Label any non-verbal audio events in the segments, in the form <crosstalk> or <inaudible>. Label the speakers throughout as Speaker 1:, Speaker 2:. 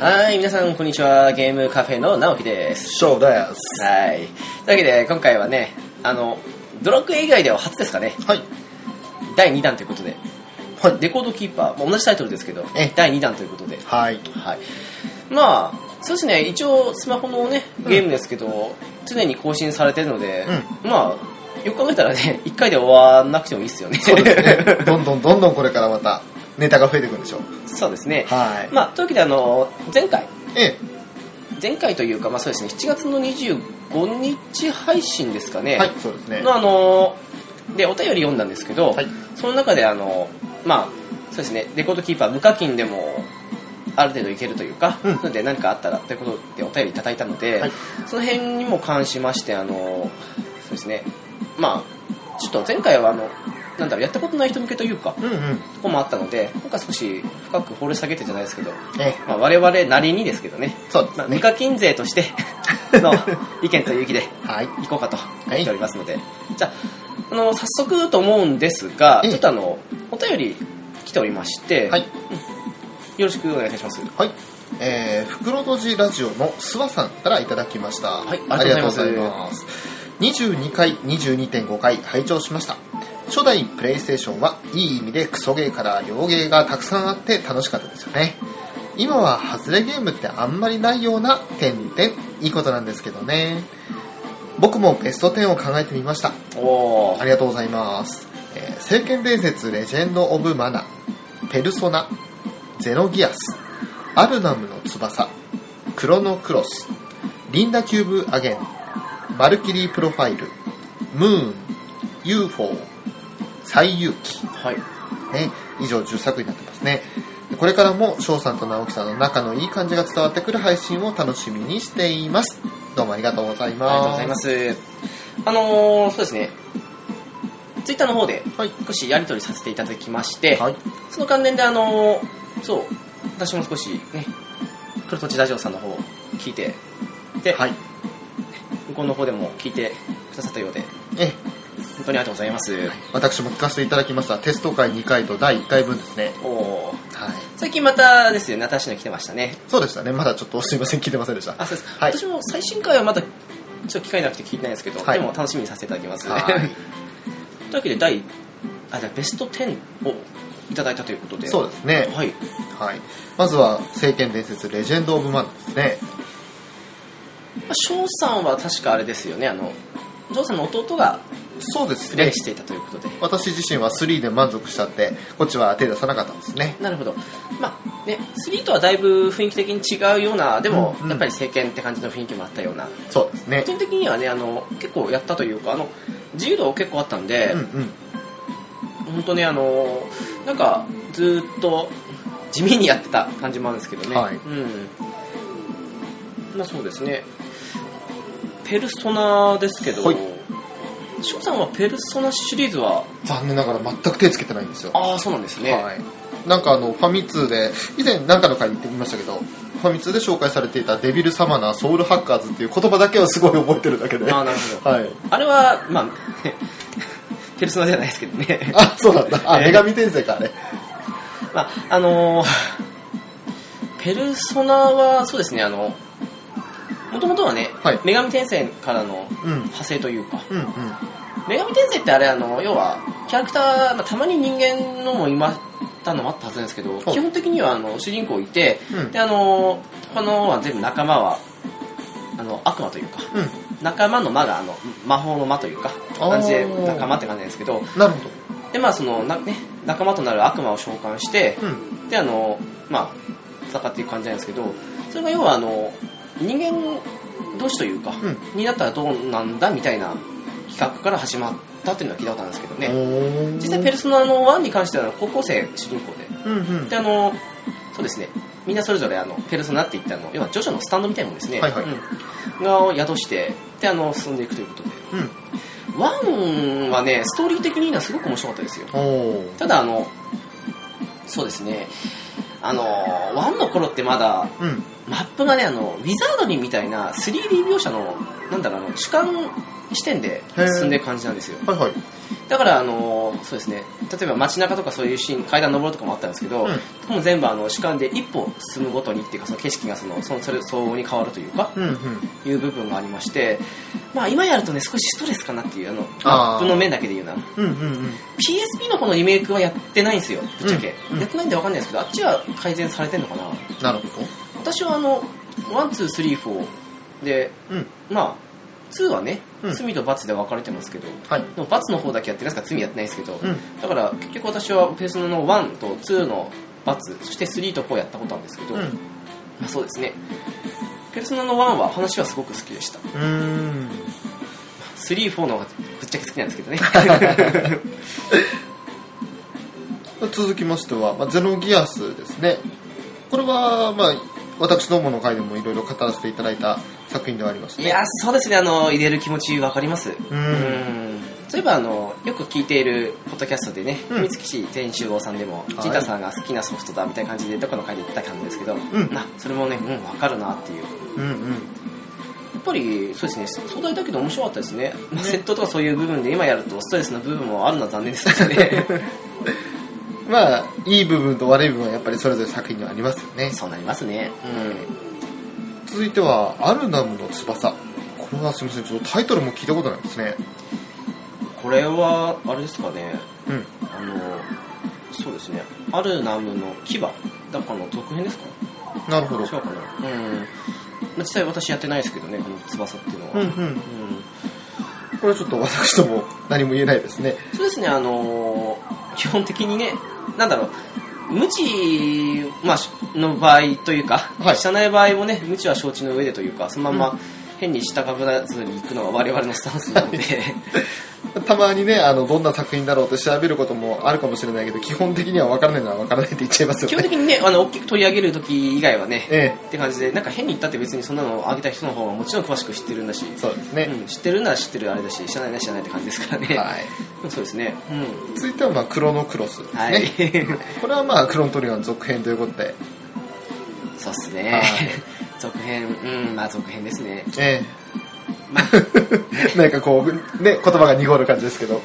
Speaker 1: はい、皆さん、こんにちは。ゲームカフェの直樹です。
Speaker 2: そうです。
Speaker 1: はい。というわけで、今回はね、あの、ドラクエ以外では初ですかね。
Speaker 2: はい。
Speaker 1: 第2弾ということで。
Speaker 2: はい
Speaker 1: レコードキーパー、まあ、同じタイトルですけど、
Speaker 2: え
Speaker 1: 第2弾ということで。
Speaker 2: はい。
Speaker 1: はい。まあ、そうですね、一応、スマホのね、ゲームですけど、常に更新されてるので、まあ、よく考えたらね、1回で終わらなくてもいいっすよね。
Speaker 2: そうですね。 <laughs> どんどんどんどんこれからまたネタが増えていくんでしょう。
Speaker 1: <laughs> そうですね。
Speaker 2: はい。
Speaker 1: まあ、というわけで、あの、前回、
Speaker 2: え
Speaker 1: 前回というか、まあそうですね、7月の25日配信ですか
Speaker 2: え。
Speaker 1: ね、
Speaker 2: はい。そうですね。
Speaker 1: のあのーでお便り読んだんですけど、
Speaker 2: はい。
Speaker 1: その中であのーまあそうですねレコードキーパー無課金でもある程度いけるというか、
Speaker 2: うん
Speaker 1: なので何かあったらということでお便りいただいたので、
Speaker 2: はい
Speaker 1: その辺にも関しましてあのーそうですねまあちょっと前回はあのなんだろうやったことない人向けというか
Speaker 2: うんうん。
Speaker 1: とこもあったので今回少し深く掘り下げてじゃないですけど、
Speaker 2: ええ。
Speaker 1: まあ、我々なりにですけどね
Speaker 2: そうで
Speaker 1: まあ、
Speaker 2: す
Speaker 1: 無
Speaker 2: ね。
Speaker 1: 課金税と
Speaker 2: <laughs>
Speaker 1: しての意見と勇気で
Speaker 2: はい。
Speaker 1: いこうかと思っておりますので、じゃああの早速と思うんですが、
Speaker 2: ええ
Speaker 1: ちょっとあのお便り来ておりまして、
Speaker 2: はい。
Speaker 1: よろしくお願いいたします
Speaker 2: はい。えー、袋とじラジオの諏訪さんからいただきました。。
Speaker 1: はいありがとうございます
Speaker 2: 22回、22.5回拝聴しました。初代プレイステーションはいい意味でクソゲーから両ゲーがたくさんあって楽しかったですよね。今は外れゲームってあんまりないような点々いいことなんですけどね。僕もベスト10を考えてみました。
Speaker 1: おお
Speaker 2: あ
Speaker 1: ー
Speaker 2: りがとうございます。えー聖剣伝説レジェンド・オブ・マナ、ペルソナ、ゼノギアス、アルナムの翼、クロノクロス、リンダ・キューブ・アゲン、マルキリー・プロファイル、ムーン、UFO、最勇気、
Speaker 1: はい
Speaker 2: ね、以上10作になってますね。これからも翔さんと直樹さんの仲のいい感じが伝わってくる配信を楽しみにしています。どうもありがとうござい
Speaker 1: ありがとう
Speaker 2: ま
Speaker 1: ご
Speaker 2: す。
Speaker 1: ざいますあのー、そうですねツイッターの方で
Speaker 2: はい。
Speaker 1: 少しやり取りさせていただきまして、
Speaker 2: はい。
Speaker 1: その関連であのー、そう私も少しね黒土地ラジオさんの方を聞いてで、
Speaker 2: はい。
Speaker 1: 向こうの方でも聞いてくださったようで
Speaker 2: え
Speaker 1: 本当にありがとうございます、
Speaker 2: 私も聞かせていただきましたテスト会2回と第1回分ですね
Speaker 1: おおー
Speaker 2: はい
Speaker 1: 最近またですよね、新しいの来てましたね。
Speaker 2: そうでしたねまだちょっとすいません聞いてませんでした
Speaker 1: あ、そうです。
Speaker 2: はい
Speaker 1: 私も最新回はまだ、ちょっと機会なくて聞いてないんですけど、
Speaker 2: はい
Speaker 1: でも楽しみにさせていただきます。
Speaker 2: はい
Speaker 1: というわけで、第、あ、じゃあベスト10をいただいたということで。
Speaker 2: そうですね、
Speaker 1: はい。
Speaker 2: はい、まずは「聖剣伝説レジェンド・オブ・マン」ですね
Speaker 1: まあ翔さんは確かあれですよね、あの、翔さんの弟が
Speaker 2: そうです
Speaker 1: プレ
Speaker 2: ね
Speaker 1: イしていたということで。
Speaker 2: 私自身は3で満足しちゃってこっちは手出さなかったんですね
Speaker 1: なるほど。まあね、3とはだいぶ雰囲気的に違うような、でも
Speaker 2: うんう、ん
Speaker 1: やっぱり政権って感じの雰囲気もあったような。
Speaker 2: そうですね
Speaker 1: 個人的にはね、あの、結構やったというか、あの、自由度結構あったんで、
Speaker 2: うんうん
Speaker 1: 本当ねあのーなんかずーっと地味にやってた感じもあるんですけどね、
Speaker 2: はい
Speaker 1: うんまあそうですねペルソナですけど
Speaker 2: はい
Speaker 1: 翔さんはペルソナシリーズは
Speaker 2: 残念ながら全く手つけてないんですよ
Speaker 1: ああそうなんですね、
Speaker 2: はいなんかあのファミ通で以前何かの回に行ってみましたけどファミ通で紹介されていた「デビル・サマナーソウル・ハッカーズ」っていう言葉だけはすごい覚えてるだけで
Speaker 1: あ
Speaker 2: は
Speaker 1: あなるほど
Speaker 2: い
Speaker 1: あれはまあ <laughs> ペルソナじゃないですけどね
Speaker 2: あ、そうなんだ。あ、女神転生か、あれ。
Speaker 1: まああのーペルソナはそうですねあのもともとはね、
Speaker 2: はい
Speaker 1: 女神転生からの
Speaker 2: うん。うん、
Speaker 1: 派生というか
Speaker 2: うん。
Speaker 1: 女神転生ってあれあの要はキャラクター、まあたまに人間のもいましたのもあったはずなんですけど
Speaker 2: い
Speaker 1: 基本的にはあの主人公いて
Speaker 2: うん
Speaker 1: であの他のは全部仲間はあの悪魔というか
Speaker 2: うん。
Speaker 1: 仲間の魔があの魔法の魔というか
Speaker 2: あー
Speaker 1: 感じで仲間って感じなんですけど
Speaker 2: なるほど。
Speaker 1: でまあそのな、ね、仲間となる悪魔を召喚して
Speaker 2: うん。
Speaker 1: であのまあ戦っていく感じなんですけどそれが要はあの人間同士というか、
Speaker 2: うん
Speaker 1: になったらどうなんだみたいな企画から始まったっていうのは聞いたことあるんですけどね、
Speaker 2: お
Speaker 1: 実際ペルソナの1に関しては高校生主人公で
Speaker 2: うんうん
Speaker 1: で。あのそうですねみんなそれぞれあのペルソナって言ったの要はジョジョのスタンドみたいなもんですね、
Speaker 2: はいはい
Speaker 1: うんがを宿してであの進んでいくということで
Speaker 2: うん。
Speaker 1: 1はねストーリー的にはすごく面白かったですよ
Speaker 2: おー。
Speaker 1: ただあのそうですねあの1の頃ってまだ
Speaker 2: うん。
Speaker 1: マップがねあのウィザードリーみたいな 3D 描写のなんだろうあの主観視点で進んでいく感じなんですよ
Speaker 2: はいはい。
Speaker 1: だからあのそうですね例えば街中とかそういうシーン階段登るとかもあったんですけど、
Speaker 2: うん
Speaker 1: もう全部あの主観で一歩進むごとにっていうかその景色がそのそのそれ相応に変わるというか、
Speaker 2: うんうん
Speaker 1: いう部分がありまして、まあ、今やるとね少しストレスかなっていうあの
Speaker 2: あー
Speaker 1: マップの面だけで言うな
Speaker 2: うんうん
Speaker 1: PSP のこのリメイクはやってないんですよぶっちゃけ、
Speaker 2: うんうん
Speaker 1: やってないんでわかんないですけどあっちは改善されてんのかな
Speaker 2: なるほど
Speaker 1: 私はあの1234で
Speaker 2: うん
Speaker 1: まあ2はね、
Speaker 2: うん
Speaker 1: 罪と罰で分かれてますけど
Speaker 2: はい
Speaker 1: でも罰の方だけやってないですから罪やってないですけど、
Speaker 2: うん
Speaker 1: だから結局私はペースの1と2の罰そして3と4やったことあるんですけど、
Speaker 2: うん
Speaker 1: まあ、そうですねペルソナの1は話はすごく好きでした
Speaker 2: うーん
Speaker 1: 34の方がぶっちゃけ好きなんですけ
Speaker 2: <laughs>
Speaker 1: どね
Speaker 2: 続きましては、まあ、ゼノギアスですねこれは、まあ、私どもの回でもいろいろ語らせていただいた作品ではあります
Speaker 1: い
Speaker 2: ね
Speaker 1: やそうですねあの入れる気持ち分かります
Speaker 2: う
Speaker 1: うんんそういえばあのよく聞いているポッドキャストでね
Speaker 2: うん
Speaker 1: 三月市全集合さんでも、
Speaker 2: い
Speaker 1: ジータさんが好きなソフトだみたいな感じでどこの回で言ってた感じですけど、
Speaker 2: ん
Speaker 1: まあ、それもね、うん、分かるなっていう
Speaker 2: うんうん
Speaker 1: やっぱりそうですね壮大だけど面白かったですねまあセットとかそういう部分で今やるとストレスの部分もあるのは残念ですけどね <laughs>
Speaker 2: まあいい部分と悪い部分はやっぱりそれぞれ作品にはありますよね
Speaker 1: そうなりますねうん
Speaker 2: 続いては「アルナムの翼」これはすみませんちょっとタイトルも聞いたことないですね
Speaker 1: これはあれですかね
Speaker 2: うん
Speaker 1: あのそうですねアルナムの牙だからの続編ですか
Speaker 2: なるほど
Speaker 1: 違うかなうん、まあ、実際私やってないですけどねこの翼っていうのは
Speaker 2: うんうんこれはちょっと私ども何も言えないですね
Speaker 1: そうですね、あのー基本的にね、なんだろう、無知、まあ、しの場合というか、
Speaker 2: はい
Speaker 1: 知らない場合もね、無知は承知の上でというか、そのまんま変に従わずに行くのが我々のスタンスなので、
Speaker 2: たまにねあのどんな作品だろうって調べることもあるかもしれないけど基本的には分からないなら分からないって言っちゃいますよ
Speaker 1: 基本
Speaker 2: ね
Speaker 1: 的にね、あの、大きく取り上げる時以外はね、
Speaker 2: え
Speaker 1: って感じで、なんか変に言ったって別にそんなのをあげた人の方がもちろん詳しく知ってるんだし、
Speaker 2: えそうですね、
Speaker 1: うん、知ってるなら知ってるあれだし、知らないなら知らないって感じですからね。
Speaker 2: はい
Speaker 1: うんそうですね。うん。
Speaker 2: 続いてはまあクロノクロスですね、
Speaker 1: はい。
Speaker 2: これはまあクロントリガーの続編ということで、
Speaker 1: そうっす
Speaker 2: は
Speaker 1: ね <laughs>
Speaker 2: い。
Speaker 1: 続編、うん、まあ続編ですね。
Speaker 2: ええ、 <laughs> なんかこう、ね、言葉が濁る感じですけど、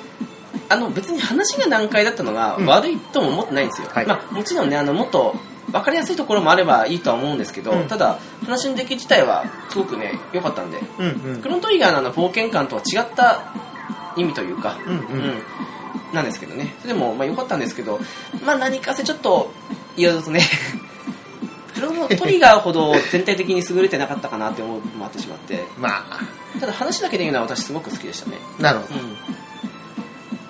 Speaker 1: あの別に話が難解だったのが
Speaker 2: うん
Speaker 1: 悪いとも思ってないんですよ、
Speaker 2: はい
Speaker 1: まあ、もちろんねあのもっと分かりやすいところもあればいいとは思うんですけど、
Speaker 2: うん
Speaker 1: ただ話の出来自体はすごくね良かったんで
Speaker 2: うんうん
Speaker 1: クロントリガーのあの冒険感とは違った意味というか、
Speaker 2: うんうん
Speaker 1: なんですけどねそれでもまあ良かったんですけど、まあ、何かせちょっといろいろとね <laughs> クロントリガーほど全体的に優れてなかったかなって思う部分もあってしまって
Speaker 2: まあ、
Speaker 1: ただ話だけで言うのは私すごく好きでしたね、
Speaker 2: なるほど。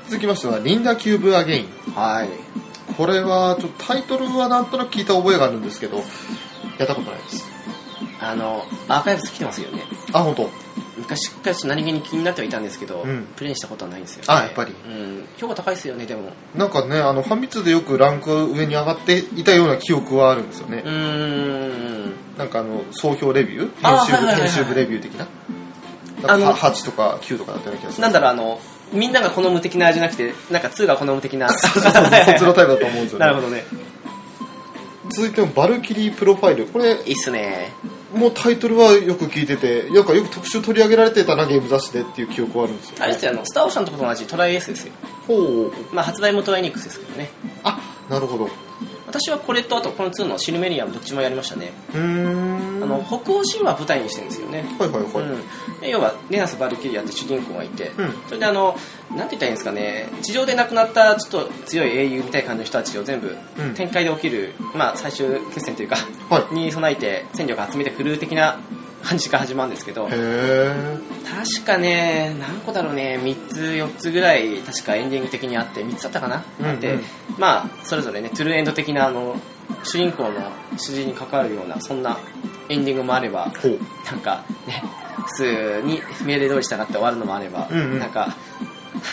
Speaker 2: 続きましては、リンダキューブアゲイン。
Speaker 1: うん、はい
Speaker 2: これは、ちょっとタイトルはなんとなく聞いた覚えがあるんですけど、やったことないです。
Speaker 1: あのアーカイブス来てますよね
Speaker 2: あ、本当。
Speaker 1: 昔からちょっと何気に気になってはいたんですけど、
Speaker 2: うん
Speaker 1: プレイしたことはないんですよ、ね、
Speaker 2: あやっぱり
Speaker 1: うん、評価高いですよねでも
Speaker 2: なんかね、あの、ファミツでよくランク上に上がっていたような記憶はあるんですよね
Speaker 1: う。ーん
Speaker 2: なんかあの、総評レビュー
Speaker 1: あ
Speaker 2: 編集
Speaker 1: はい
Speaker 2: 部、
Speaker 1: はいはいはい
Speaker 2: 編集部レビュー的な。
Speaker 1: あ
Speaker 2: なん
Speaker 1: の
Speaker 2: かは8とか9とかだったような気がする。
Speaker 1: なんだろうあのみんなが好む的な味じゃなくてなんか2が好む的な
Speaker 2: そうそうそうそっちのタイプだと思うんですよ
Speaker 1: <laughs>
Speaker 2: ね
Speaker 1: な。るほどね
Speaker 2: 続いてのバルキリープロファイルこれ
Speaker 1: いいっすね
Speaker 2: もうタイトルはよく聞いててなんかよく特集取り上げられてたなゲーム雑誌でっていう記憶はあるんですよ、ね、
Speaker 1: あれですよあのスター・オーシャンとかと同じトライエースですよ
Speaker 2: ほう
Speaker 1: まあ発売もトライニックスですけどね
Speaker 2: あなるほどう
Speaker 1: 私はこれとあとこの2のシルメリアムどっちもやりましたね、
Speaker 2: ーん
Speaker 1: あ
Speaker 2: は
Speaker 1: の
Speaker 2: い
Speaker 1: 北欧神話を舞台にしてるんですよね
Speaker 2: はいはい、
Speaker 1: うんで、要はレナス・バルキリアって主人公がいて、
Speaker 2: うん
Speaker 1: それであのなんて言ったらいいんですかね地上で亡くなったちょっと強い英雄みたいな感じの人たちを全部
Speaker 2: うん
Speaker 1: 展開で起きる、まあ、最終決戦というか
Speaker 2: はい
Speaker 1: に備えて戦力を集めてくる的な感じが始まるんですけど
Speaker 2: へえ
Speaker 1: 確かね何個だろうね3つ4つぐらい確かエンディング的にあって3つだったかな、
Speaker 2: うんうん
Speaker 1: あってまあそれぞれねトゥルーエンド的なあの主人公の主人に関わるようなそんなエンディングもあれば
Speaker 2: ほう
Speaker 1: なんかね、普通に命令通り従って終わるのもあれば、
Speaker 2: うんうん
Speaker 1: なんか、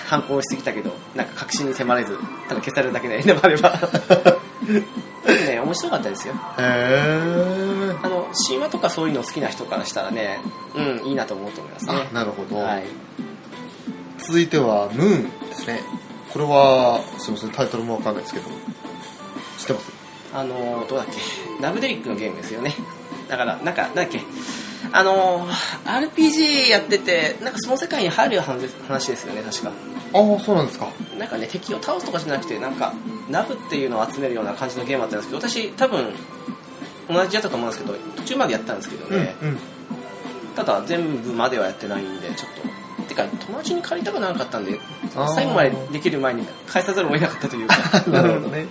Speaker 1: 反抗しすぎたけど、なんか確信に迫れず、ただ消されるだけの絵でもあれば。ね、面白かったですよ。
Speaker 2: へえ
Speaker 1: あの、神話とかそういうの好きな人からしたらね、うん、いいなと思うと思いますね
Speaker 2: あ。なるほど、
Speaker 1: はい。
Speaker 2: 続いてはムーンですねこれはすいませんタイトルもわかんないですけど知ってます
Speaker 1: あの、どうだっけ、ラブデリックのゲームですよね。だから、なんか、なんだっけ、あの、RPG やってて、なんかその世界に入る話ですよね、確か。
Speaker 2: ああそうなんですか
Speaker 1: なんかね敵を倒すとかじゃなくてなんかナフっていうのを集めるような感じのゲームだったんですけど私多分同じやったと思うんですけど途中までやったんですけど
Speaker 2: うん
Speaker 1: ね、ただ全部まではやってないんでちょっとてか友達に借りたくなかったんで
Speaker 2: あー
Speaker 1: 最後までできる前に返さざるを得なかったというか
Speaker 2: うん <laughs> なるほどね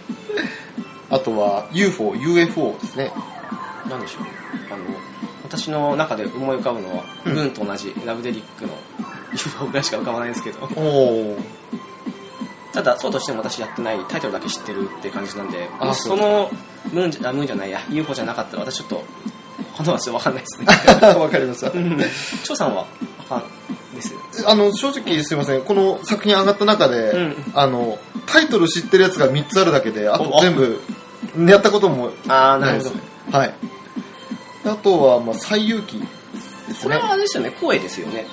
Speaker 2: あとは UFOUFO ですね
Speaker 1: なんでしょうあの私の中で思い浮かぶのは、
Speaker 2: うん
Speaker 1: 軍と同じラブデリックの <laughs> UFO ぐらいしか浮かばないんですけど
Speaker 2: おお
Speaker 1: ただそうとしても私やってないタイトルだけ知ってるって感じなんで
Speaker 2: あ
Speaker 1: もし
Speaker 2: そ
Speaker 1: そうのムーンじゃあムーンじゃないや UFO じゃなかったら私ちょっとこの話は分かんないですね
Speaker 2: <laughs> わかりまし
Speaker 1: <laughs>
Speaker 2: た
Speaker 1: うん張さんはあかんです
Speaker 2: あの正直すいませんこの作品上がった中で、
Speaker 1: うん
Speaker 2: あのタイトル知ってるやつが3つあるだけであと
Speaker 1: おあ
Speaker 2: 全部やったことも
Speaker 1: ああ
Speaker 2: な
Speaker 1: ないる
Speaker 2: で
Speaker 1: ほ
Speaker 2: す
Speaker 1: ど
Speaker 2: ねはいあとは、まあ、最有機です
Speaker 1: こ
Speaker 2: ね
Speaker 1: れはあれですよね声ですよね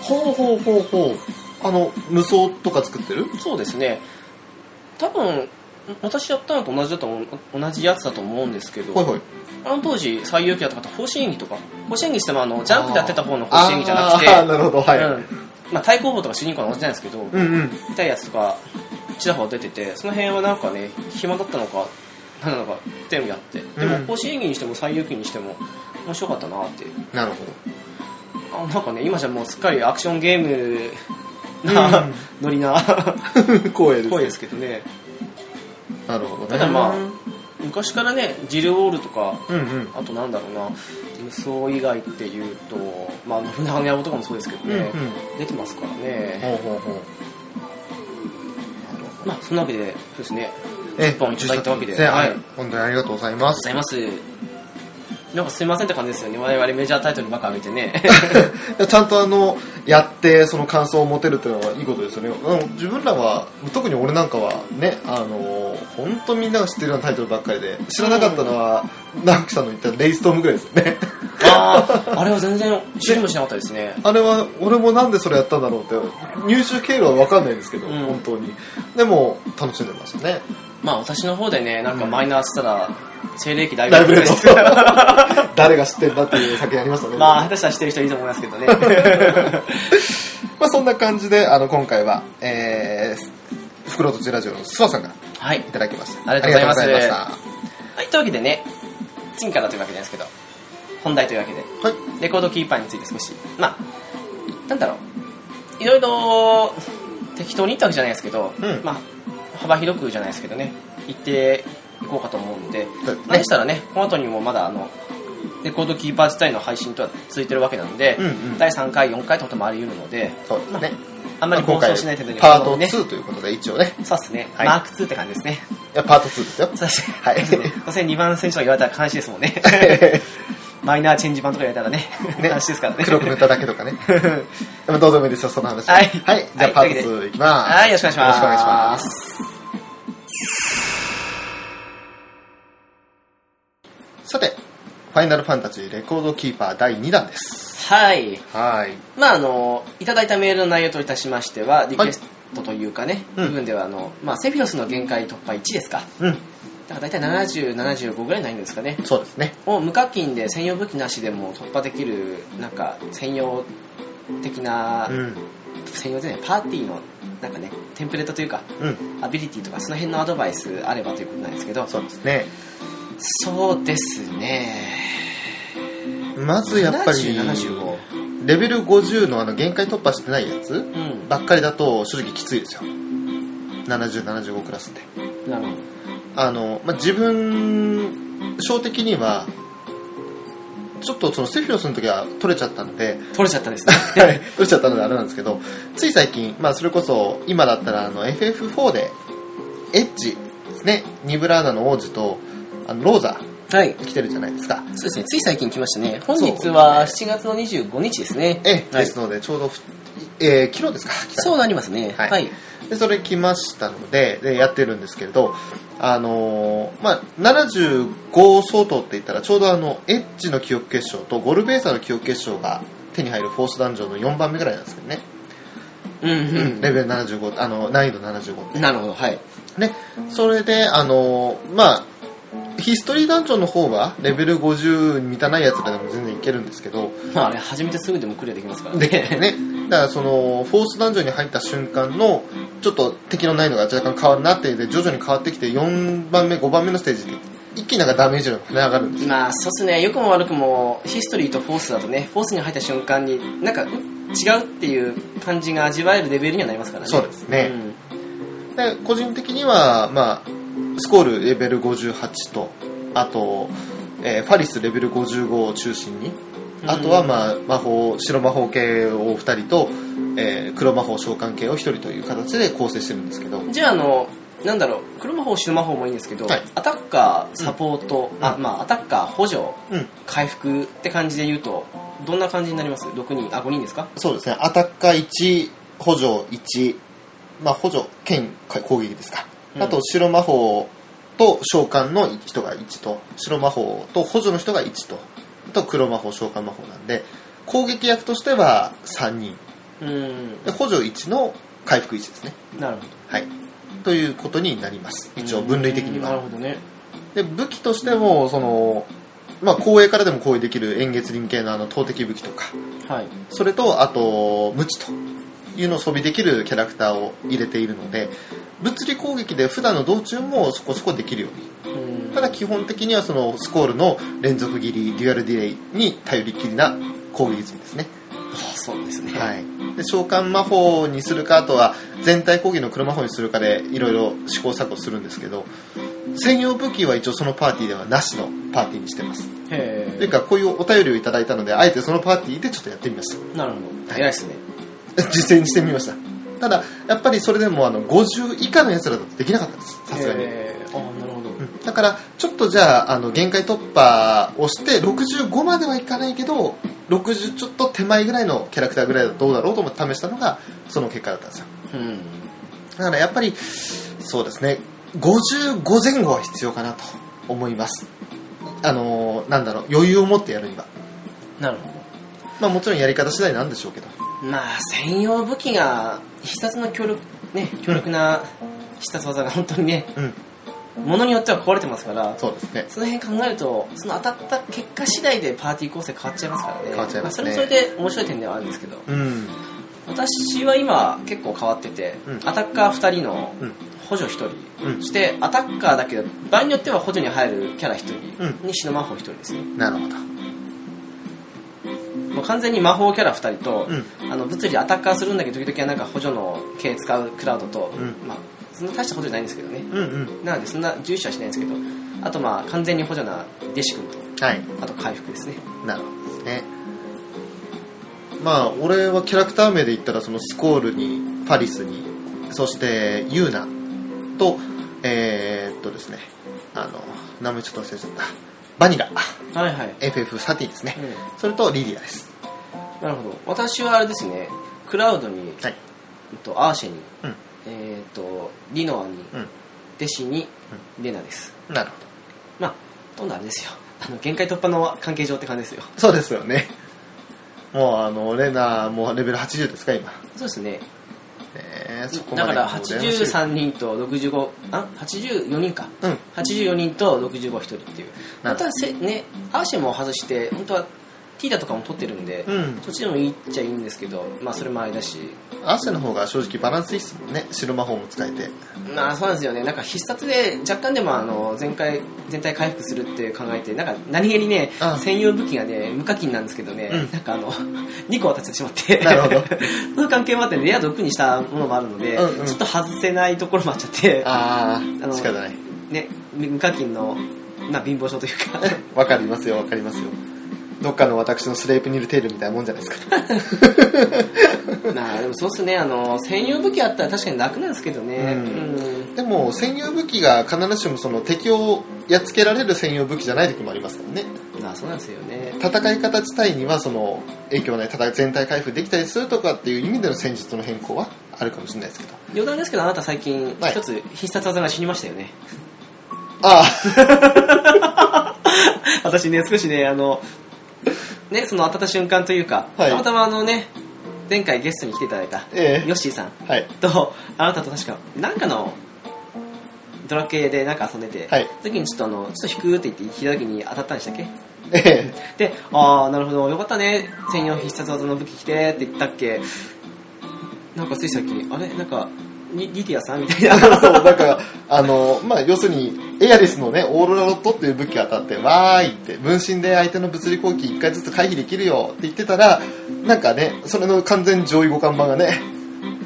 Speaker 2: ほうほうほうほうあの無双とか作ってる
Speaker 1: そうですね多分私やったのと同じだと思う同じやつだと思うんですけど、
Speaker 2: はいはい
Speaker 1: あの当時最有機だった方方針演技とか方針演技してもあのジャンプでやってた方の方針演技じゃなくて
Speaker 2: あーなるほどはい、
Speaker 1: うんまあ、対抗法とか主人公の同じなんですけど、
Speaker 2: うんうん
Speaker 1: 見たいやつとかちらほら出ててその辺はなんかね暇だったのか何なのか全部やってでも
Speaker 2: うん
Speaker 1: 甲子園技にしても最優機にしても面白かったなって
Speaker 2: なるほど <laughs>
Speaker 1: あなんかね今じゃもうすっかりアクションゲーム
Speaker 2: う
Speaker 1: な、
Speaker 2: ん
Speaker 1: ノリな
Speaker 2: 光栄です
Speaker 1: 声ですけどね
Speaker 2: なるほどね
Speaker 1: ただまあ昔からねジルオールとか
Speaker 2: うんうん
Speaker 1: あとなんだろうな無双以外っていうとまあ信長の野望とかもそうですけど
Speaker 2: うんう
Speaker 1: ね、
Speaker 2: ん
Speaker 1: 出てますからね、
Speaker 2: ほうほうほう
Speaker 1: まあそんなわけでそうですね
Speaker 2: え
Speaker 1: 10本いただいたわけで
Speaker 2: 10作は
Speaker 1: はい
Speaker 2: い、本当にありがとうございま
Speaker 1: ありがとうご
Speaker 2: す
Speaker 1: ざいます。なんかすいませんって感じですよね。我々メジャータイトルばっか上げて <laughs> ね。
Speaker 2: ちゃんとあのやってその感想を持てるっていうのはいいことですよね、うん、自分らは特に俺なんかはねあの本当みんなが知ってるようなタイトルばっかりで知らなかったのは直樹さんの言った「レイストーム」ぐらいですよね <laughs>
Speaker 1: ああ、あれは全然知りもしなかったですね。
Speaker 2: あれは俺もなんでそれやったんだろうって入手経路は分かんないんですけど、
Speaker 1: うん
Speaker 2: 本当にでも楽しんでましたね
Speaker 1: まあ私の方でね、なんかマイナーしたら、西暦大
Speaker 2: ライ
Speaker 1: ブ
Speaker 2: ブ
Speaker 1: レ
Speaker 2: レ
Speaker 1: ー
Speaker 2: ー
Speaker 1: ド
Speaker 2: ド
Speaker 1: です。
Speaker 2: <laughs> 誰が知ってんだっていう作品ありましたね
Speaker 1: まあ、下手したら知ってる人いると思いますけど <laughs> ね。
Speaker 2: まあそんな感じであの今回はえー、袋とじラジオの諏訪さんが
Speaker 1: はい
Speaker 2: い。ただきました
Speaker 1: ありがとうございます
Speaker 2: ありがとうございました
Speaker 1: はい、というわけでね、次からというわけなんですけど、本題というわけで、
Speaker 2: はい。
Speaker 1: レコードキーパーについて少し、まあ、なんだろう、いろいろ適当に言ったわけじゃないですけど、
Speaker 2: うん
Speaker 1: まあ、幅広くじゃないですけどね、言っていこうかと思うんで、
Speaker 2: そうですね
Speaker 1: 何したらね、この後にもまだあの、レコードキーパー自体の配信とは続いてるわけなので、
Speaker 2: うんうん
Speaker 1: 第3回、4回ってこともあり得るので、
Speaker 2: そうですね。
Speaker 1: あんまり
Speaker 2: まあ
Speaker 1: 放送しない程度に、
Speaker 2: パート
Speaker 1: ね、
Speaker 2: 2ということで、一応ね。
Speaker 1: そうですね、
Speaker 2: はい
Speaker 1: マーク2って感じですね。
Speaker 2: いや、パート2ですよ。
Speaker 1: そうですね。
Speaker 2: はい
Speaker 1: そう
Speaker 2: <laughs>
Speaker 1: ですね。そして2番選手とか言われたら監視ですもんね。マイナーチェンジ版とか言われたらね、
Speaker 2: ね
Speaker 1: 監視ですからね。
Speaker 2: 黒く塗っただけと
Speaker 1: <laughs>
Speaker 2: かね。でもどうでもいいですよ、その話は。
Speaker 1: はい
Speaker 2: はい。じゃあ、パ
Speaker 1: はい
Speaker 2: ート2いきます。
Speaker 1: はい、よろしくお願いします。
Speaker 2: よろしくお願いします。さて、ファイナルファンタジーレコードキーパー第2弾です。
Speaker 1: はい。
Speaker 2: はい。
Speaker 1: まあ、あの、いただいたメールの内容といたしましては、リクエストというかね、
Speaker 2: うん
Speaker 1: 部分では、あの、まあ、セフィロスの限界突破1ですか。
Speaker 2: うん。
Speaker 1: だから大体70、75ぐらいないんですかね。
Speaker 2: そうですね。
Speaker 1: を無課金で専用武器なしでも突破できる、なんか、専用的な、
Speaker 2: うん。
Speaker 1: 専用でね、パーティーの、なんかね、テンプレートというか、
Speaker 2: うん。
Speaker 1: アビリティとかその辺のアドバイスあればということなんですけど
Speaker 2: そうですね。
Speaker 1: そうですね
Speaker 2: まずやっぱり、
Speaker 1: 7075
Speaker 2: レベル50のあの限界突破してないやつ、
Speaker 1: うん
Speaker 2: ばっかりだと正直きついですよ7075クラスって
Speaker 1: なるほ
Speaker 2: あの、まあ、自分性的にはちょっとそのセフィロスの時は取れちゃったので
Speaker 1: ど
Speaker 2: <laughs>
Speaker 1: 取れちゃったですね
Speaker 2: 取れちゃったのであれなんですけどつい最近、まあ、それこそ今だったらあの FF4 でエッジですねニブラーナの王子とあのローザ
Speaker 1: はい
Speaker 2: 来てるじゃないですか
Speaker 1: そうですねつい最近来ましたね本日は7月の25日ですね
Speaker 2: ええ
Speaker 1: はい
Speaker 2: ですのでちょうどふ、えー昨日ですか来たの
Speaker 1: そうなりますね
Speaker 2: は
Speaker 1: はいい、
Speaker 2: でそれ来ましたのででやってるんですけれど、あのーまあ、75相当って言ったらちょうどあのエッジの記憶結晶とゴルベーサの記憶結晶が手に入るフォースダンジョンの4番目ぐらいなんですけどね、
Speaker 1: うん
Speaker 2: レベル75あの難易度75
Speaker 1: うんなるほどはい
Speaker 2: ねそれで、あのーまあヒストリーダンジョンの方はレベル50に満たないやつらでも全然いけるんですけど、
Speaker 1: まああれ始めてすぐでもクリアできますから
Speaker 2: で
Speaker 1: ね
Speaker 2: ね、だからそのフォースダンジョンに入った瞬間のちょっと敵の難易度が若干変わるなってで徐々に変わってきて4番目5番目のステージで一気になんかダメージが跳ね上がるんです
Speaker 1: まあそうっすね良くも悪くもヒストリーとフォースだとねフォースに入った瞬間になんかん違うっていう感じが味わえるレベルにはなりますからね
Speaker 2: そうですね
Speaker 1: ん
Speaker 2: で個人的には、まあ、スコールレベル58とあと、えーファリスレベル55を中心にあとは、まあ、魔法白魔法系を2人と、えー黒魔法召喚系を1人という形で構成してるんですけど
Speaker 1: じゃああのなんだろう黒魔法白魔法もいいんですけど、
Speaker 2: はい
Speaker 1: アタッカーサポート、
Speaker 2: うん
Speaker 1: あまあアタッカー補助
Speaker 2: うん
Speaker 1: 回復って感じで言うとどんな感じになります6人あ5人ですか
Speaker 2: そうですねアタッカー1補助1、まあ、補助兼攻撃ですか、
Speaker 1: うん
Speaker 2: あと白魔法と召喚の人が1と白魔法と補助の人が1とあと黒魔法召喚魔法なんで攻撃役としては3人
Speaker 1: うん
Speaker 2: で補助1の回復1ですね
Speaker 1: なるほ
Speaker 2: はいということになります
Speaker 1: ど
Speaker 2: 一応分類的に
Speaker 1: なる
Speaker 2: は
Speaker 1: ほどね
Speaker 2: で武器としてもそのまあ後衛からでも攻撃できる円月輪系のあの投擲武器とか
Speaker 1: はい
Speaker 2: それとあと無知というのを装備できるキャラクターを入れているので物理攻撃で普段の道中もそこそこできるよう
Speaker 1: うん
Speaker 2: にただ基本的にはそのスコールの連続斬りデュアルディレイに頼りきりな攻撃陣ですね、
Speaker 1: あそうですね、
Speaker 2: はい、で召喚魔法にするかあとは全体攻撃の黒魔法にするかでいろいろ試行錯誤するんですけど専用武器は一応そのパーティーではなしのパーティーにしてます
Speaker 1: へ
Speaker 2: という
Speaker 1: え
Speaker 2: かこういうお便りをいただいたのであえてそのパーティーでちょっとやってみました
Speaker 1: なるほど偉いですね
Speaker 2: <laughs> 実践してみましたただやっぱりそれでもあの50以下のやつらだとできなかったですさすがに、
Speaker 1: へえあなるほど、
Speaker 2: うんだからちょっとじゃああの限界突破をして65まではいかないけど60ちょっと手前ぐらいのキャラクターぐらいだとどうだろうと思って試したのがその結果だったんですよ
Speaker 1: うん
Speaker 2: だからやっぱりそうですね55前後は必要かなと思いますあのなんだろう余裕を持ってやるには
Speaker 1: なるほど
Speaker 2: まあもちろんやり方次第なんでしょうけど
Speaker 1: まあ専用武器が必殺の強力
Speaker 2: <laughs>
Speaker 1: ね強力な必殺技が本当にね
Speaker 2: うん
Speaker 1: ものによっては壊れてますから
Speaker 2: そうですね
Speaker 1: その辺考えるとその当たった結果次第でパーティー構成変わっちゃいますからね
Speaker 2: 変わっちゃいますね
Speaker 1: あそれはそれで面白い点ではあるんですけど
Speaker 2: うん
Speaker 1: 私は今結構変わってて、
Speaker 2: うん
Speaker 1: アタッカー2人の
Speaker 2: うん
Speaker 1: 補助1人、
Speaker 2: うん
Speaker 1: そしてアタッカーだけど場合によっては補助に入るキャラ1人、
Speaker 2: う
Speaker 1: に白魔法1人ですね
Speaker 2: なるほど
Speaker 1: もう完全に魔法キャラ2人と、
Speaker 2: うん
Speaker 1: あの物理アタッカーするんだけど時々はなんか補助の系使うクラウドと、
Speaker 2: うん
Speaker 1: まあ、そんな大した補助じゃないんですけどね
Speaker 2: うんうん
Speaker 1: なのでそんな重視はしないんですけどあとまあ完全に補助な弟子君と
Speaker 2: はい
Speaker 1: あと回復ですね
Speaker 2: なるほどですねまあ俺はキャラクター名で言ったらそのスコールにパリスにそしてユーナとえー、っとですねあの名前ちょっと忘れちゃったバニラ
Speaker 1: はいはい
Speaker 2: FF13 ですね、
Speaker 1: う
Speaker 2: それとリディアです
Speaker 1: ん、なるほど私はあれですねクラウドに、
Speaker 2: はい
Speaker 1: えっと、アーシェに、
Speaker 2: うん
Speaker 1: えっとリノアに、
Speaker 2: う
Speaker 1: 弟子に、レナです
Speaker 2: んなるほ
Speaker 1: まあほとんどあれですよあの限界突破の関係上って感じですよ
Speaker 2: どそうですよねもうあのレナもうレベル80ですか今
Speaker 1: そうですね
Speaker 2: えそこま
Speaker 1: だ
Speaker 2: で
Speaker 1: から83人と65あ84人か
Speaker 2: うん
Speaker 1: 84人と651人っていう
Speaker 2: なるほど
Speaker 1: またせねアーシェも外して本当はティーダとかも取ってるんで、
Speaker 2: うん
Speaker 1: そっちでもいいっちゃいいんですけどまあそれもあれだし
Speaker 2: アーシェの方が正直バランスいいっすもんね白魔法も使えて
Speaker 1: まあそうなんですよねなんか必殺で若干でもあの全回全体回復するって考えてなんか何気にね
Speaker 2: ああ
Speaker 1: 専用武器がね無課金なんですけどね、
Speaker 2: うん
Speaker 1: なんかあの2 <laughs> 個渡してしまって
Speaker 2: なるほど
Speaker 1: <laughs> その関係もあってレア毒にしたものもあるので、
Speaker 2: うんうん
Speaker 1: ちょっと外せないところもあっちゃって
Speaker 2: あ
Speaker 1: あ
Speaker 2: あ
Speaker 1: の
Speaker 2: 仕方ない
Speaker 1: ね無課金のまあ貧乏症という
Speaker 2: <laughs>
Speaker 1: か
Speaker 2: わかりますよわかりますよどっかの私のスレープニルテールみたいなもんじゃないですか
Speaker 1: まあでもそうっすねあの専用武器あったら確かに楽なんですけどね
Speaker 2: うん
Speaker 1: うん
Speaker 2: でも専用武器が必ずしもその敵をやっつけられる専用武器じゃない時もありますからね
Speaker 1: まあそうなんですよね
Speaker 2: 戦い方自体にはその影響ないただ全体回復できたりするとかっていう意味での戦術の変更はあるかもしれないですけど
Speaker 1: 余談ですけどあなた最近
Speaker 2: はい
Speaker 1: 一つ必殺技が死にましたよね、 <laughs>
Speaker 2: あ
Speaker 1: 私ね、少しね、あの、ね、その当たった瞬間というか、
Speaker 2: はい
Speaker 1: たまたまあのね、前回ゲストに来ていただいた
Speaker 2: あ、え
Speaker 1: ヨッシーさん
Speaker 2: えはい
Speaker 1: と、あなたと確か、なんかのドラケーでなんか遊んでて、
Speaker 2: はい
Speaker 1: その時にちょっとあの、ちょっと引くって言って、引いた時に当たったんでしたっけ
Speaker 2: ええ
Speaker 1: で、ああ、なるほど、よかったね、専用必殺技の武器着てって言ったっけ、なんかついさっき、あれ、なんか、リリディアさんみたいな。
Speaker 2: そう、だから、あの、まあ、要するに、エアリスのね、オーロラロットっていう武器が当たって、わーいって、分身で相手の物理攻撃1回ずつ回避できるよって言ってたら、なんかね、それの完全上位互換版がね、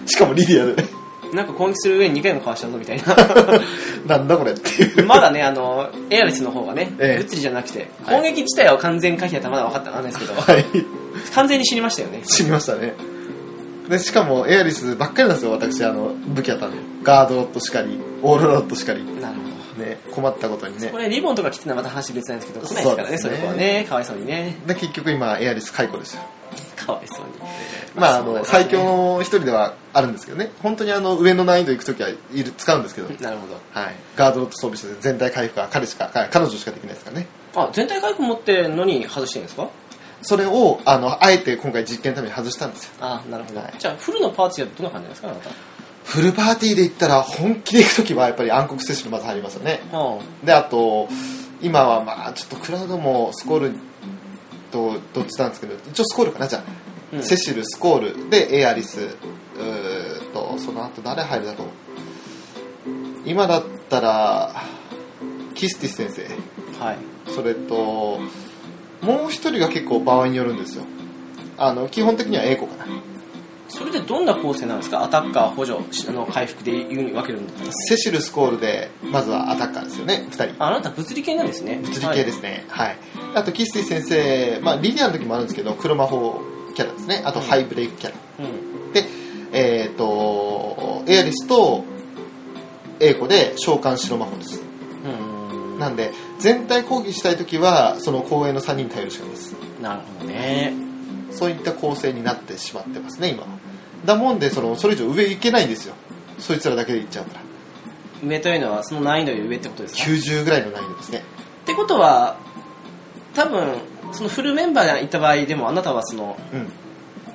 Speaker 2: しかもリディアでね、
Speaker 1: <laughs> なんか攻撃する上に2回もかわしちゃうぞみたいな。
Speaker 2: なんだこれっていう。
Speaker 1: まだね、あの、エアリスの方がね、
Speaker 2: ええ
Speaker 1: 物理じゃなくて、
Speaker 2: はい
Speaker 1: 攻撃自体は完全回避だったらまだ分かったなんですけど、
Speaker 2: はい、
Speaker 1: 完全に死にましたよね。
Speaker 2: 死にましたね。で、しかも、エアリスばっかりなんですよ、私、あの、武器当たるの。ガードロットしかり、オーロラロットしかり。
Speaker 1: なるほど。
Speaker 2: ね、困ったことにね
Speaker 1: こ。れリボンとか着てたらまた話別なんですけど、来ないですからね、
Speaker 2: そ
Speaker 1: そう
Speaker 2: ですね
Speaker 1: の子はね、かわいそうにね。
Speaker 2: で、結局今、エアリス解雇ですよ。
Speaker 1: かわいそうに。
Speaker 2: まあ、あ
Speaker 1: そうだ
Speaker 2: の
Speaker 1: からね
Speaker 2: 最強の一人ではあるんですけどね本当にあの上の難易度行くときはいる使うんですけど、
Speaker 1: なるほど。
Speaker 2: はい、ガードロット装備して全体回復は彼しかはい彼女しかできないですからね
Speaker 1: あ、全体回復持ってんのに外してるんですか
Speaker 2: それをあのあえて今回実験のために外したんですよ
Speaker 1: あ、なるほど
Speaker 2: はい。
Speaker 1: じゃあ、フルのパーティーはどんな感じなんですか、あなた。
Speaker 2: フルパーティーで行ったら本気で行くときはやっぱり暗黒セッションまず入りますよね
Speaker 1: あ
Speaker 2: であと今はまあちょっとクラウドもスコールとどっちなんですけど一応スコールかなじゃあ、
Speaker 1: うん
Speaker 2: セシルスコールでエアリスうーっとその後誰入るだろう今だったらキスティス先生
Speaker 1: はい。
Speaker 2: それともう一人が結構場合によるんですよあの基本的には英子かな
Speaker 1: それでどんな構成なんですかアタッカー、補助、しあの回復でいうに分けるんだったら。
Speaker 2: セシルスコールでまずはアタッカーですよね2人
Speaker 1: ああなた物理系なんですね。。
Speaker 2: 物理系ですすねはい、あとキスティ先生、まあ、リニアの時もあるんですけど黒魔法キャラですねあと
Speaker 1: うん
Speaker 2: ハイブレイクキャラ、
Speaker 1: はいうん。
Speaker 2: でえっ、とエアリスと英子で召喚白魔法です
Speaker 1: うん。
Speaker 2: なんで全体抗議したい時はその公演の3人に頼るしかないです
Speaker 1: なるほどね。
Speaker 2: そういった構成になってしまってますね今はだもんでそのそれ以上上行けないんですよそいつらだけで行っちゃうから
Speaker 1: 上というのはその難易度より上ってことですか
Speaker 2: 90ぐらいの難易度ですね
Speaker 1: ってことは多分そのフルメンバーがいた場合でもあなたはその
Speaker 2: うん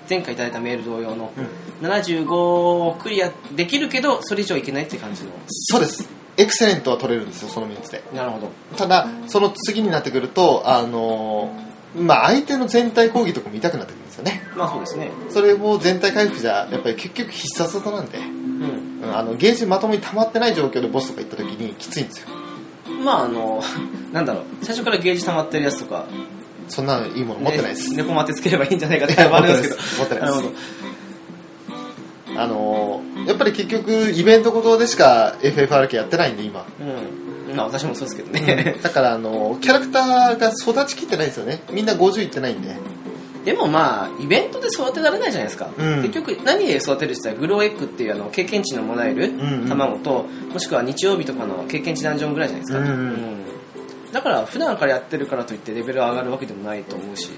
Speaker 1: 前回いただいたメール同様の
Speaker 2: うん
Speaker 1: 75をクリアできるけどそれ以上いけないって感じの
Speaker 2: そうですエクセレントは取れるんですよその3つで
Speaker 1: なるほど
Speaker 2: ただその次になってくるとあのーまあ相手の全体攻撃とか見たくなってくるんですよね
Speaker 1: まあそうですね
Speaker 2: それも全体回復じゃやっぱり結局必殺技なんで、
Speaker 1: う
Speaker 2: うんんあのゲージまともに溜まってない状況でボスとか行った時にきついんですよ
Speaker 1: まああの <laughs> なんだろう最初からゲージ溜まってるやつとか
Speaker 2: そんなのいいもの持ってないです、
Speaker 1: ね猫待ってつければいいんじゃないかって
Speaker 2: い <laughs> や
Speaker 1: 思
Speaker 2: 持っ
Speaker 1: わ
Speaker 2: て
Speaker 1: れるん
Speaker 2: ないで
Speaker 1: です
Speaker 2: す持って
Speaker 1: けど
Speaker 2: な
Speaker 1: ないる
Speaker 2: で
Speaker 1: ほ
Speaker 2: す
Speaker 1: ど
Speaker 2: あのーやっぱり結局イベントごとでしか FFRK やってないんで今
Speaker 1: うんまあ私もそうですけどね、 <laughs>
Speaker 2: だからあのーキャラクターが育ちきってないですよねみんな50いってないんで
Speaker 1: <laughs> でもまあイベントで育てられないじゃないですか、
Speaker 2: うん
Speaker 1: 結局何で育てるって言ったらグローエッグっていうあの経験値のもらえる
Speaker 2: んうん
Speaker 1: 卵と、もしくは日曜日とかの経験値ダンジョンぐらいじゃないですか、
Speaker 2: うんうん
Speaker 1: うんだから普段からやってるからといってレベル上がるわけでもないと思うし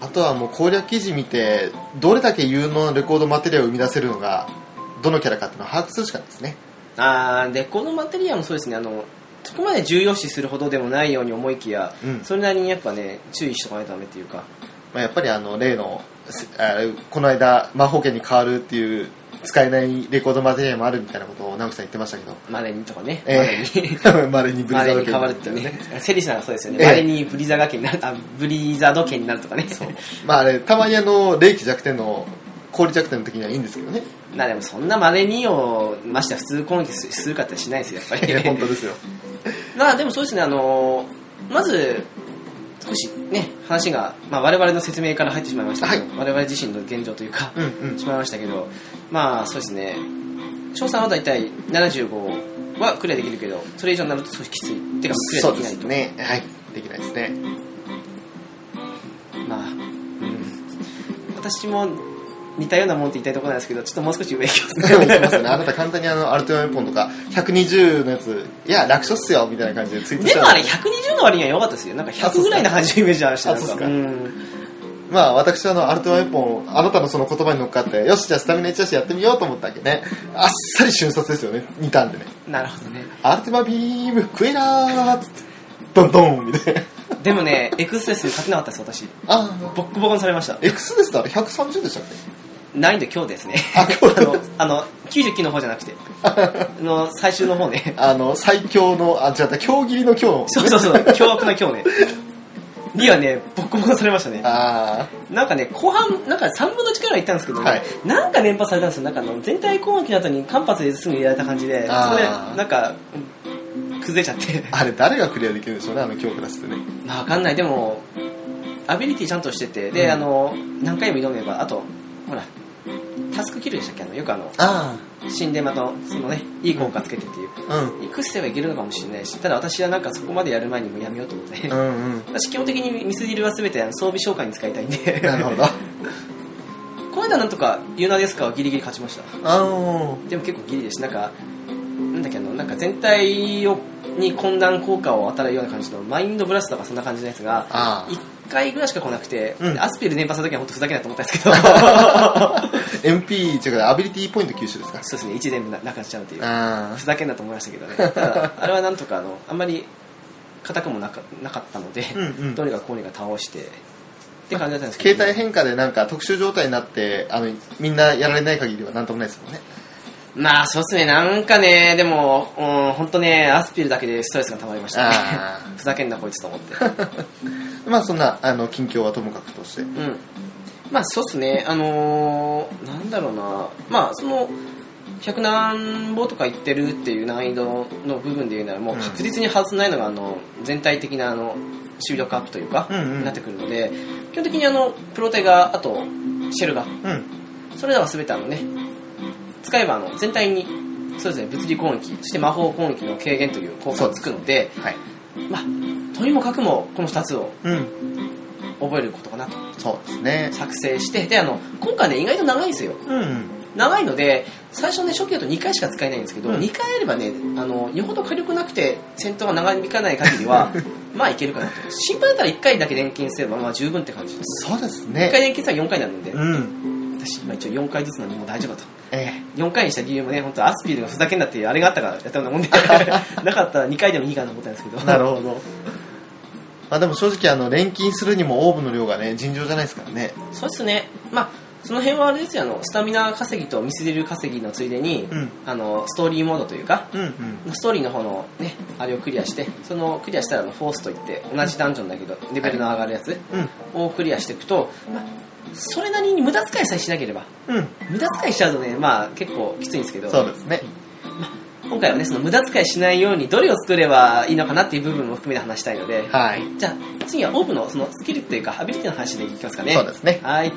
Speaker 2: あとはもう攻略記事見てどれだけ有能なレコードマテリアを生み出せるのがどのキャラかっていうのを把握するしかないですね
Speaker 1: あーでこのマテリアもそうですねあのそこまで重要視するほどでもないように思いきや、
Speaker 2: うん
Speaker 1: それなりにやっぱね注意しとかないとダメっていうか
Speaker 2: まあ、やっぱりあの例のせあこの間魔法剣に変わるっていう使えないレコードマテリアもあるみたいなことを直樹さん言ってましたけど
Speaker 1: マネにとかね、
Speaker 2: え
Speaker 1: マネに
Speaker 2: え <laughs> まれにブリザ
Speaker 1: マ
Speaker 2: ー
Speaker 1: レ
Speaker 2: ド
Speaker 1: に
Speaker 2: 剣
Speaker 1: 変わるってね。セリシさんがそうですよ
Speaker 2: え
Speaker 1: ね。
Speaker 2: え
Speaker 1: マレにブリザーガ家になる、あ、ブリザード家になるとかね。 <laughs>
Speaker 2: まああれたまにあの霊気弱点の氷弱点の時にはいいんですけ
Speaker 1: <laughs>
Speaker 2: どね
Speaker 1: なでもそんなマレにをましては普通攻撃するかってしないですよ、やっぱ
Speaker 2: いや本
Speaker 1: り。
Speaker 2: 当ですよ
Speaker 1: まあでもそうですね、あのーまず、少しね、話が、まあ、我々の説明から入ってしまいましたけど、我
Speaker 2: は
Speaker 1: 々自身の現状というか、
Speaker 2: うんうん
Speaker 1: しまいましたけど、まあそうですね、翔さんは大体75はクリアできるけど、それ以上になると少しきつい。ってか、クリ
Speaker 2: そ
Speaker 1: ア
Speaker 2: う
Speaker 1: でき
Speaker 2: で
Speaker 1: ない
Speaker 2: す
Speaker 1: と。
Speaker 2: ねはいできないですね
Speaker 1: <laughs> まあ、私も似たようなもんって言いたいところなんですけど、ちょっともう少し上いきます
Speaker 2: でも言ってますよね。
Speaker 1: ね。
Speaker 2: あなた簡単にあの、アルティマメポンとか、120のやつ、いや、楽勝っすよ、みたいな感じでツイート
Speaker 1: <laughs>
Speaker 2: し
Speaker 1: で
Speaker 2: た
Speaker 1: も
Speaker 2: ら
Speaker 1: あ <laughs> れ120の割には良かったですよ。なんか100ぐらいの感じのイメージあるし、
Speaker 2: あ
Speaker 1: なん
Speaker 2: そう
Speaker 1: か
Speaker 2: っすか
Speaker 1: うん
Speaker 2: まあ、私はあの、アルティマメポン、あなたのその言葉に乗っかって、よし、じゃあスタミナ1だしやってみようと思ったわけね。あっさり瞬殺ですよね。2ターンでね。
Speaker 1: なるほどね。
Speaker 2: アルティマビーム、クエラーっつって、ドンドンみたいな。
Speaker 1: でもね、エクスプレス勝てなかったです、私。
Speaker 2: あ
Speaker 1: ボッコボコにされました。
Speaker 2: ー、X ですとあれ130でしたっけ
Speaker 1: 難易度今日ですね
Speaker 2: あ今日
Speaker 1: <laughs> あのあの99の方じゃなく
Speaker 2: <laughs>
Speaker 1: てあの最終の方ね
Speaker 2: あの最強のあ違った強切りの強
Speaker 1: そうそうそう凶悪な今日ねリはねボッコボコにされましたね
Speaker 2: あ
Speaker 1: なんかね、後半、なんか3分の1くらい行ったんですけど、
Speaker 2: はい
Speaker 1: なんか連発されたんですよ。なんかあの、全体攻撃の後に間髪ですぐ入れられた感じで、そ
Speaker 2: あー
Speaker 1: こで、なんか、うん崩れちゃって。
Speaker 2: ああれ誰がクリアできるんでしょうねあの強クラスってね
Speaker 1: まあ、わかんない。でも、アビリティちゃんとしてて、で、
Speaker 2: うん
Speaker 1: あの、何回も挑めば、あと、ほら、タスクキルでしたっけあの、よくあの、
Speaker 2: あ
Speaker 1: 死んでまた、そのね、いい効果つけてっていう。
Speaker 2: あうん
Speaker 1: クッセはいけるのかもしれないし、ただ私はなんかそこまでやる前にもうやめようと思って。 <laughs>
Speaker 2: うんうん
Speaker 1: 私基本的にミスディルは全てあの装備召喚に使いたいんで。
Speaker 2: なるほどあ
Speaker 1: <laughs> この間なんとかユナデスカはギリギリ勝ちました
Speaker 2: <laughs> あ
Speaker 1: でも結構ギリですなんかなんだっけあのなんか全体をに混乱効果を与えるような感じのマインドブラストとかそんな感じのやつが
Speaker 2: ああ
Speaker 1: 1回ぐらいしか来なくて、
Speaker 2: うん
Speaker 1: アスピル連発した時は本当ふざけんなと思ったん
Speaker 2: <laughs>
Speaker 1: ですけどそ
Speaker 2: MP っていうかアビリティポイント吸収ですか
Speaker 1: うですね1全部ななくなっちゃうっていう
Speaker 2: あ
Speaker 1: ふざけんなと思いましたけ
Speaker 2: <laughs>
Speaker 1: どねただあれはなんとかあのあんまり硬くもなかなかったので、
Speaker 2: うんうん
Speaker 1: どうにかこうにか倒してって感じだったんです
Speaker 2: あ
Speaker 1: けど、
Speaker 2: 携帯変化でなんか特殊状態になってあのみんなやられない限りはなんともないですもんね
Speaker 1: まあそうですね、なんかね、でも、うん、本当ね、アスピルだけでストレスが溜まりましたね
Speaker 2: あ。
Speaker 1: <laughs> ふざけんなこいつと思って。
Speaker 2: <laughs> まあそんなあの近況はともかくとして
Speaker 1: うん。まあそうですね、あのー、なんだろうな、まあその、100何歩とかいってるっていう難易度の部分で言うなら、もう
Speaker 2: うん
Speaker 1: 確実に外せないのが、あの、全体的な、あの、収力アップというか、
Speaker 2: うんうん
Speaker 1: になってくるので、基本的にあの、プロテが、あと、シェルが、
Speaker 2: うん
Speaker 1: それらは全てあのね、使えばあの全体に、そうですね、物理攻撃、そして魔法攻撃の軽減という効果がつくので、
Speaker 2: はい
Speaker 1: まあ、とにもかくもこの2つを
Speaker 2: うん
Speaker 1: 覚えることかなと、
Speaker 2: そうですね
Speaker 1: 作成して、で、あの、今回ね、意外と長いんですよ。
Speaker 2: うん
Speaker 1: 長いので、最初ね、初期だと2回しか使えないんですけど、
Speaker 2: うん
Speaker 1: 2回やればね、あの、よほど火力なくて戦闘が長引かない限りは、まあいけるかなと。心配だったら1回だけ錬金すれば、まあ十分って感じです。
Speaker 2: そうです
Speaker 1: 1回
Speaker 2: ね
Speaker 1: 錬金したら4回になるんで、
Speaker 2: うん
Speaker 1: 私今一応4回ずつなんでもう大丈夫だと。
Speaker 2: え
Speaker 1: 4回にした理由もね、本当アスピルがふざけんなっていうあれがあったからやったようなも
Speaker 2: <laughs>
Speaker 1: んで、なかったら2回でもいいかなと思ったんですけど、
Speaker 2: えなるほどまあでも正直あの錬金するにもオーブの量がね尋常じゃないですからね
Speaker 1: そうですね、まあ、その辺はあれですよ、あのスタミナ稼ぎとミスデル稼ぎのついでに、
Speaker 2: うん
Speaker 1: あのストーリーモードというか、
Speaker 2: うんうん
Speaker 1: ストーリーの方のね、あれをクリアして、そのクリアしたらあのフォースといって、同じダンジョンだけど、レベルの上がるやつ
Speaker 2: うん
Speaker 1: をクリアしていくと、まあ、それなりに無駄遣いさえしなければ、
Speaker 2: うん
Speaker 1: 無駄遣いしちゃうとね、まあ結構きついんですけど、
Speaker 2: そうですね
Speaker 1: 今回はね、その無駄遣いしないようにどれを作ればいいのかなっていう部分も含めて話したいので、
Speaker 2: はい
Speaker 1: じゃあ次はオープンのそのスキルっていうか、アビリティの話でいきますかね。
Speaker 2: そうですね
Speaker 1: はい。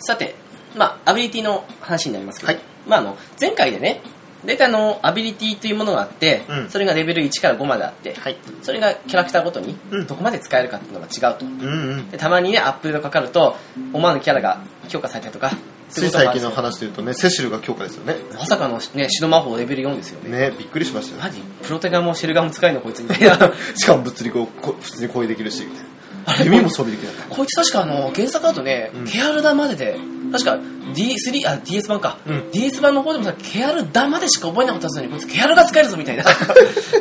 Speaker 1: さて、まあ、アビリティの話になりますけど、
Speaker 2: はい
Speaker 1: まあ、あの前回でね、大体あのアビリティというものがあって、
Speaker 2: うん
Speaker 1: それがレベル1から5まであって、
Speaker 2: はい
Speaker 1: それがキャラクターごとに
Speaker 2: うん
Speaker 1: どこまで使えるかっていうのが違うと。
Speaker 2: うんうん
Speaker 1: でたまにね、アップがかかると、思わぬキャラが強化されたりとか、
Speaker 2: つい最近
Speaker 1: そういうこともあるん
Speaker 2: の
Speaker 1: で
Speaker 2: 話で言うとねセシルが強化ですよね
Speaker 1: すよまさかのね、白魔法レベル4ですよね。
Speaker 2: ねびっくりしましたよ
Speaker 1: マジプロテガンもシェルガンも使えるのこいつみたいな。
Speaker 2: <laughs> しかも物理こうこ普通に攻撃できるし弓も装備できる
Speaker 1: こいつ確かあの、原作だとね、
Speaker 2: うん
Speaker 1: ケアルダまでで、確か D3、あ、DS 版か。
Speaker 2: うん
Speaker 1: DS 版の方でもさ、ケアルダまでしか覚えなかったはずなのに、こいつケアルが使えるぞみた
Speaker 2: <laughs>
Speaker 1: いな。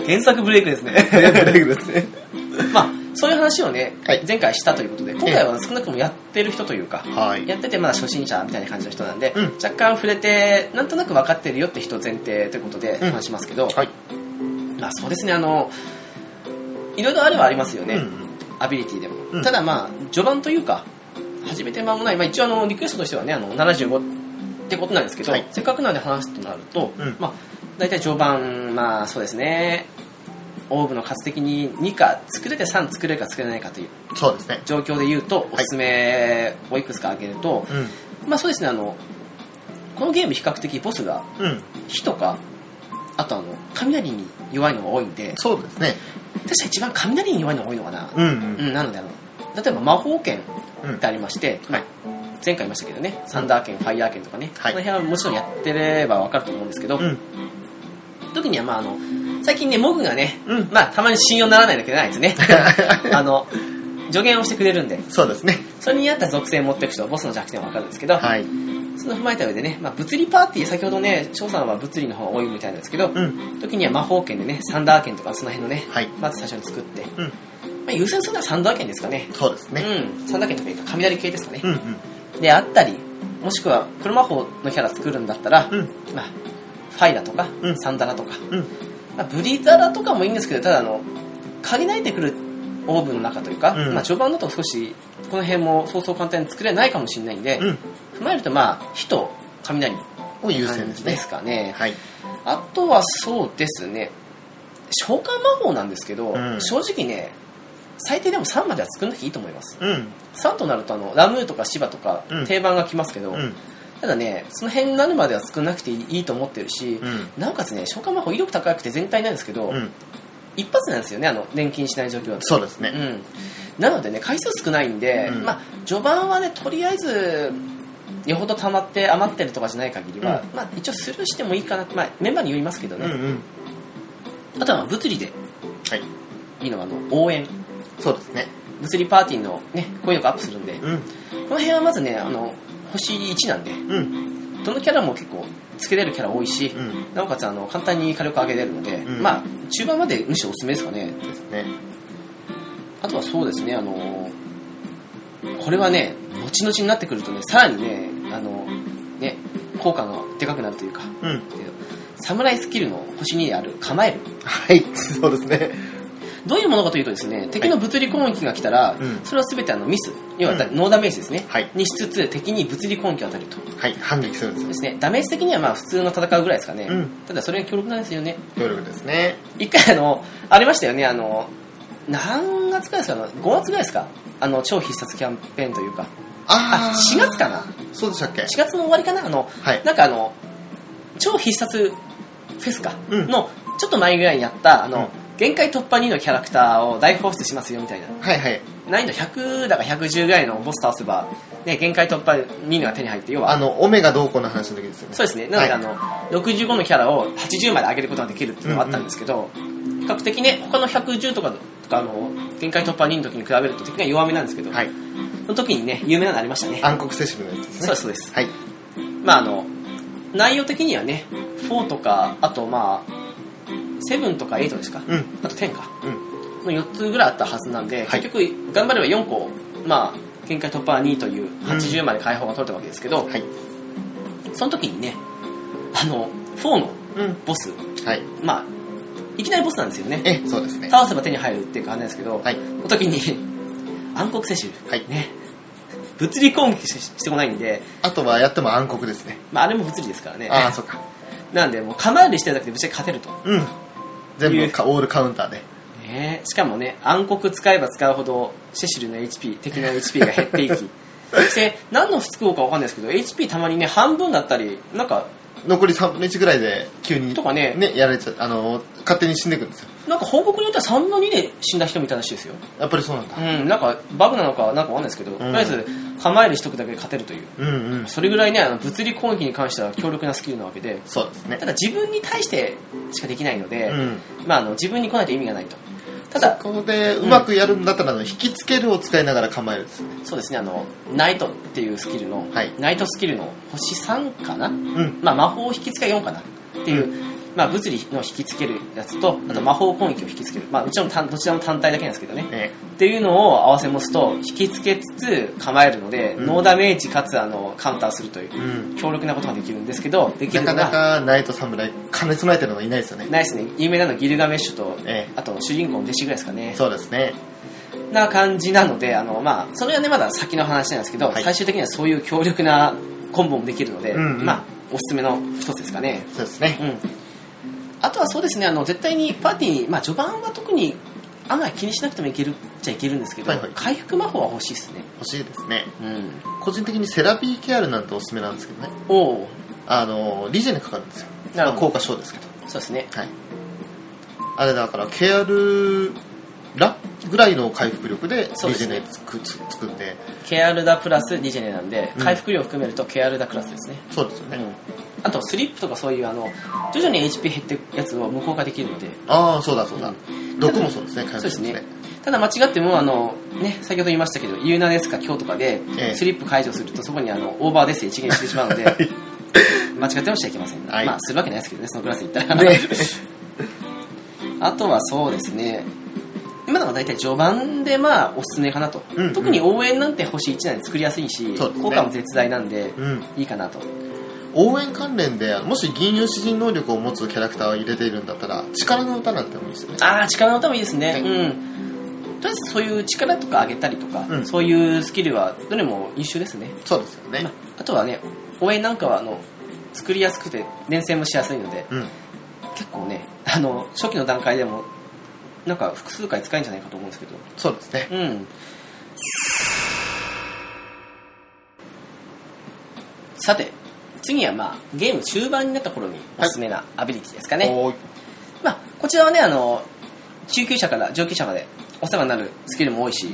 Speaker 1: 原作ブレイクですね。
Speaker 2: ブレイクですね
Speaker 1: <laughs> まあ、そういう話をね、
Speaker 2: はい
Speaker 1: 前回したということで、今回は少なくともやってる人というか、
Speaker 2: <laughs> はい
Speaker 1: やっててまだ初心者みたいな感じの人なんで、
Speaker 2: うん
Speaker 1: 若干触れて、なんとなく分かってるよって人前提ということで
Speaker 2: うん
Speaker 1: 話しますけど、
Speaker 2: はい
Speaker 1: まあそうですね、あの、いろいろあれはありますよね、
Speaker 2: うんうん
Speaker 1: アビリティでも。
Speaker 2: うん
Speaker 1: ただまあ、序盤というか、始めて間もない、まあ一応あの、リクエストとしてはね、あの、75ってことなんですけど、
Speaker 2: はい
Speaker 1: せっかくなんで話すとなると、
Speaker 2: うん
Speaker 1: まあ、大体序盤、まあそうですね、オーブの数的に2か作れて3作れるか作れないかという
Speaker 2: そうですね
Speaker 1: 状況で言うとおすすめをいくつか挙げると、
Speaker 2: う
Speaker 1: まあそうですねあのこのゲーム比較的ボスが
Speaker 2: んうん
Speaker 1: 火とかあとあの雷に弱いのが多いんで
Speaker 2: そうですね
Speaker 1: 確か一番雷に弱いのが多いのかな、
Speaker 2: うんう
Speaker 1: うんん、なのであの例えば魔法剣
Speaker 2: う
Speaker 1: っ
Speaker 2: ん
Speaker 1: てありまして、
Speaker 2: はい
Speaker 1: 前回言いましたけどねサンダー剣ファイヤー剣とかね、
Speaker 2: はい
Speaker 1: この辺はもちろんやってれば分かると思うんですけど、
Speaker 2: うん
Speaker 1: 時にはまああの最近ねモグがね、
Speaker 2: うん <laughs>
Speaker 1: まあたまに信用ならないんだけどねあいつねあの助言をしてくれるんで
Speaker 2: そうですね
Speaker 1: それに合った属性を持っていく人はボスの弱点は分かるんですけど、
Speaker 2: はい
Speaker 1: その踏まえた上でね、まあ、物理パーティー先ほどね翔さんは物理の方が多いみたいなんですけど、
Speaker 2: うん
Speaker 1: 時には魔法剣でねサンダー剣とかその辺のね
Speaker 2: はい
Speaker 1: まず最初に作って
Speaker 2: うん
Speaker 1: まあ、優先するのはサンダー圏ですかね。
Speaker 2: そうですね。
Speaker 1: うん。サンダー圏とかいうか雷系ですかね。
Speaker 2: うん
Speaker 1: であったり、もしくは車法のキャラ作るんだったら、
Speaker 2: うん
Speaker 1: まあ、ファイだとか、
Speaker 2: うん
Speaker 1: サンダラとか、
Speaker 2: うんうん
Speaker 1: まあ、ブリザラとかもいいんですけど、ただあの、限られてくるオーブンの中というか、
Speaker 2: うん
Speaker 1: まあ、序盤だと少し、この辺もそうそう簡単に作れないかもしれないんで、
Speaker 2: うん
Speaker 1: 踏まえると、まあ、火と雷
Speaker 2: を優先です
Speaker 1: で
Speaker 2: ね。
Speaker 1: すかね。
Speaker 2: はい。
Speaker 1: あとはそうですね、召喚魔法なんですけど、
Speaker 2: うん
Speaker 1: 正直ね、最低でも3までは作んなきゃいいと思います。
Speaker 2: うん
Speaker 1: 3となるとあのラムーとかシバとか
Speaker 2: うん
Speaker 1: 定番が来ますけど、
Speaker 2: うん
Speaker 1: ただね、その辺になるまでは作んなくていいと思ってるし、
Speaker 2: うん
Speaker 1: なおかつね、召喚魔法威力高くて全体なんですけど、
Speaker 2: うん
Speaker 1: 一発なんですよね、あの、錬金しない状況だと。
Speaker 2: そうです
Speaker 1: う
Speaker 2: ね。
Speaker 1: ん。なのでね、回数少ないんで、
Speaker 2: うん
Speaker 1: まあ、序盤はね、とりあえず、よほど溜まって余ってるとかじゃない限りは、まあ、一応スルーしてもいいかなまあ、メンバーによりますけど
Speaker 2: うんう
Speaker 1: ね。
Speaker 2: ん
Speaker 1: あとは物理で
Speaker 2: はい。
Speaker 1: いいのは、あの、応援。
Speaker 2: そうですね。
Speaker 1: 物理パーティーのね、こういうのがアップするんで、こ
Speaker 2: うん
Speaker 1: の辺はまずね、あの、星1なんで、
Speaker 2: うん
Speaker 1: どのキャラも結構、つけれるキャラ多いし、
Speaker 2: うん
Speaker 1: なおかつあの簡単に火力上げれるので、
Speaker 2: うん
Speaker 1: まあ中盤までむしろおすすめですかね
Speaker 2: ですね。
Speaker 1: あとはそうですねあのこれはね後々になってくるとねさらにねあのね効果がでかくなるというか
Speaker 2: うん
Speaker 1: サムライスキルの星にある構える
Speaker 2: はい。 <laughs> そうですね。
Speaker 1: どういうものかというとですね敵の物理攻撃が来たら、
Speaker 2: うん
Speaker 1: それは全てあのミス要はだ
Speaker 2: うん
Speaker 1: ノーダメージですね、
Speaker 2: はい
Speaker 1: にしつつ敵に物理攻撃を当たると
Speaker 2: はい。反撃するんです
Speaker 1: で
Speaker 2: よ。
Speaker 1: すねダメージ的にはまあ普通の戦うぐらいですかね、
Speaker 2: うん
Speaker 1: ただそれが強力なんですよね
Speaker 2: 協力ですね。
Speaker 1: 一回あの、ありましたよね、あの、何月ぐらいですか、5月ぐらいですか、あの、超必殺キャンペーンというか、
Speaker 2: あ
Speaker 1: あ、4月かな、
Speaker 2: あ。そうでしたっけ
Speaker 1: 4月の終わりかな、あの、
Speaker 2: はい。
Speaker 1: なんかあの、超必殺フェスか、
Speaker 2: うん
Speaker 1: の、ちょっと前ぐらいにやった、あの、
Speaker 2: うん
Speaker 1: 限界突破2のキャラクターを大放出しますよみたいな。
Speaker 2: はいはい。
Speaker 1: 難易度100だか110ぐらいのボス倒せば、ね、限界突破2のが手に入って、要
Speaker 2: あ
Speaker 1: は、
Speaker 2: の、オメガどうこうの話の時ですよね。
Speaker 1: そうですね。なので、
Speaker 2: はい
Speaker 1: あの、65のキャラを80まで上げることができるっていうのがあったんですけど、比較的ね、他の110とか、とかあの、限界突破2の時に比べると敵が弱めなんですけど、
Speaker 2: はい。
Speaker 1: その時にね、有名なのありましたね。
Speaker 2: 暗黒セシブのやつです
Speaker 1: そう
Speaker 2: ね
Speaker 1: です、。そうです。
Speaker 2: はい。
Speaker 1: まあ、あの、内容的にはね、4とか、あとまあ、7とか8ですか、
Speaker 2: うん。
Speaker 1: あと10か、
Speaker 2: うん。
Speaker 1: の4つぐらいあったはずなんで、
Speaker 2: はい
Speaker 1: 結局、頑張れば4個、まあ、限界突破2という80まで解放が取れたわけですけど、
Speaker 2: はい。
Speaker 1: その時にね、あの、4の
Speaker 2: うん。
Speaker 1: ボス、
Speaker 2: はい。
Speaker 1: まあ、いきなりボスなんですよね。
Speaker 2: え、そうですね。
Speaker 1: 倒せば手に入るっていう感じなんですけど、
Speaker 2: はい。
Speaker 1: その時に、暗黒世襲。
Speaker 2: はい。
Speaker 1: ね。物理攻撃ししてこないんで、
Speaker 2: あとはやっても暗黒ですね。
Speaker 1: まあ、あれも物理ですからね。
Speaker 2: ああ、そうか。
Speaker 1: なんで、もう構えるしてるだけでぶっちゃけ勝てると。
Speaker 2: うん。全部かオールカウンターで。
Speaker 1: ねしかもね、暗黒使えば使うほど、シェシルの HP、敵の HP が減っていき、
Speaker 2: <laughs>
Speaker 1: そして、何の副効果かわかんないですけど、HP たまにね、半分だったり、なんか、
Speaker 2: 残り3分の1ぐらいで急に。
Speaker 1: とかね
Speaker 2: ね、やられちゃう。あの、勝手に死んでいくんですよ。
Speaker 1: なんか報告によっては3の2で死んだ人もいたらしいですよ。
Speaker 2: やっぱりそうなんだ
Speaker 1: う。ん、なんか、バグなのかなんかわかんないですけど、とりあえず、構えるしとくだけで勝てるという。
Speaker 2: うんうん。
Speaker 1: それぐらいねあの物理攻撃に関しては強力なスキルなわけで
Speaker 2: そうですね
Speaker 1: た。だ自分に対してしかできないので、
Speaker 2: うん。
Speaker 1: まあ、あの自分に来ないと意味がないとただ
Speaker 2: ここでうまくやるんだったら、あの引きつけるを使いながら構えるですね。
Speaker 1: そうですねあのナイトっていうスキルの、
Speaker 2: はい
Speaker 1: ナイトスキルの星3かな、
Speaker 2: うん。
Speaker 1: まあ、魔法引き付け4かなっていう、まあ、物理の引き付けるやつとあと魔法攻撃を引き付ける、まあ、もちろん単どちらも単体だけなんですけどね
Speaker 2: ね。
Speaker 1: っていうのを合わせ持つと引き付けつつ構えるので、
Speaker 2: うん
Speaker 1: ノーダメージかつあのカウンターするという
Speaker 2: うん。
Speaker 1: 強力なことができるんですけどでき
Speaker 2: な
Speaker 1: るの
Speaker 2: か
Speaker 1: が
Speaker 2: なかナイト侍兼ね備えてるのいないですよね。
Speaker 1: ないですね有名なのギルガメッシュと、
Speaker 2: え
Speaker 1: あと主人公の弟子ぐらいですかね
Speaker 2: そうですね。
Speaker 1: な感じなのであのまあそれはねまだ先の話なんですけど、
Speaker 2: はい
Speaker 1: 最終的にはそういう強力なコンボもできるので、
Speaker 2: うんうん
Speaker 1: まあおすすめの一つですかね
Speaker 2: そうですね
Speaker 1: う。んあとはそうですねあの絶対にパーティーに、まあ、序盤は特にあんまり気にしなくてもいけるっちゃいけるんですけど、
Speaker 2: はいはい
Speaker 1: 回復魔法は欲しいですね
Speaker 2: 欲しいですね。
Speaker 1: うん
Speaker 2: 個人的にセラピーケアルなんておすすめなんですけどね。
Speaker 1: おお
Speaker 2: あの、リジェにかかるんですよ。
Speaker 1: なるほど
Speaker 2: 効果小ですけど。
Speaker 1: そうですね
Speaker 2: はい。あれだから、ケアルラぐらいの回復力で
Speaker 1: そう
Speaker 2: リ
Speaker 1: で
Speaker 2: ジ
Speaker 1: す
Speaker 2: ェ
Speaker 1: ね
Speaker 2: ネつくつ作って、
Speaker 1: ケアルダプラスディジェネなんで
Speaker 2: うん
Speaker 1: 回復量を含めるとケアルダクラスですね、
Speaker 2: そうですよね。
Speaker 1: うんあとスリップとかそういうあの徐々に HP 減っていくやつを無効化できるので
Speaker 2: ああ、そうだそうだ。
Speaker 1: うん
Speaker 2: 毒もそうですね、回
Speaker 1: そうで
Speaker 2: 復し
Speaker 1: す
Speaker 2: ま
Speaker 1: ね
Speaker 2: すね。
Speaker 1: ただ間違ってもあの、ね、先ほど言いましたけどユーナですか今日とかで
Speaker 2: ええ
Speaker 1: スリップ解除するとそこにあのオーバーですで一元してしまうので <laughs> 間違ってもしちゃいけません、
Speaker 2: はい
Speaker 1: まあするわけ <laughs> ないですけどねそのクラスに行ったら、
Speaker 2: ね
Speaker 1: あとはそうですね今のが大体序盤でまあおすすめかなと、
Speaker 2: うんうん
Speaker 1: 特に応援なんて星1なんで作りやすいし、
Speaker 2: そうですね
Speaker 1: 効果も絶大なんで
Speaker 2: うん、
Speaker 1: いいかなと
Speaker 2: 応援関連でもし銀融詩人能力を持つキャラクターを入れているんだったら力の歌なんてもいいですよね
Speaker 1: ああ力の歌もいいですね、
Speaker 2: はい
Speaker 1: うんとりあえずそういう力とか上げたりとか、
Speaker 2: うん
Speaker 1: そういうスキルはどれも優秀ですね、
Speaker 2: そうですよね
Speaker 1: まあ、あとはね応援なんかはあの作りやすくて連戦もしやすいので
Speaker 2: うん
Speaker 1: 結構ねあの初期の段階でもなんか複数回使えるんじゃないかと思うんですけど
Speaker 2: そうですね
Speaker 1: うんさて次はまあゲーム終盤になった頃におすすめなアビリティですかね、
Speaker 2: おー
Speaker 1: まあ、こちらはねあの中級者から上級者までお世話になるスキルも多いし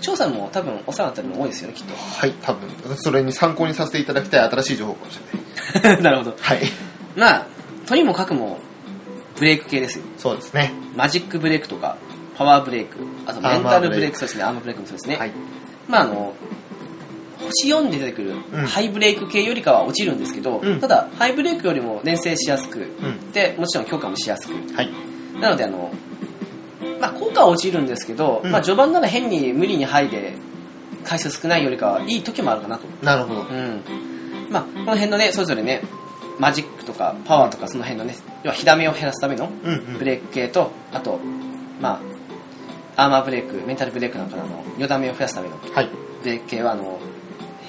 Speaker 1: 翔さんも多分お世話になったるの多いですよねきっ
Speaker 2: はい多分それに参考にさせていただきたい新しい情報かもしれない
Speaker 1: と <laughs> なるほど
Speaker 2: はい
Speaker 1: まあとにもかくもブレイク系ですよ
Speaker 2: そうですね
Speaker 1: マジックブレイクとかパワーブレイクあとメンタルブレイク
Speaker 2: アーマーブレイク
Speaker 1: そうですねアームブレイクもそうですね、
Speaker 2: はい
Speaker 1: まああの星4で出てくる
Speaker 2: うん
Speaker 1: ハイブレイク系よりかは落ちるんですけど、
Speaker 2: うん
Speaker 1: ただハイブレイクよりも連成しやすく、
Speaker 2: う
Speaker 1: でもちろん強化もしやすく
Speaker 2: んはい
Speaker 1: なのであの、まあ、効果は落ちるんですけど、
Speaker 2: うん
Speaker 1: まあ、序盤なら変に無理に入で回数少ないよりかはいい時もあるかなと、
Speaker 2: なるほど
Speaker 1: うんまあ、この辺のねそれぞれねマジックとかパワーとかその辺のね要は火ダメを減らすための
Speaker 2: うんうん
Speaker 1: ブレイク系とあとまあアーマーブレイクメンタルブレイクなんかのあの余ダメを増やすための
Speaker 2: はい
Speaker 1: ブレイク系はあの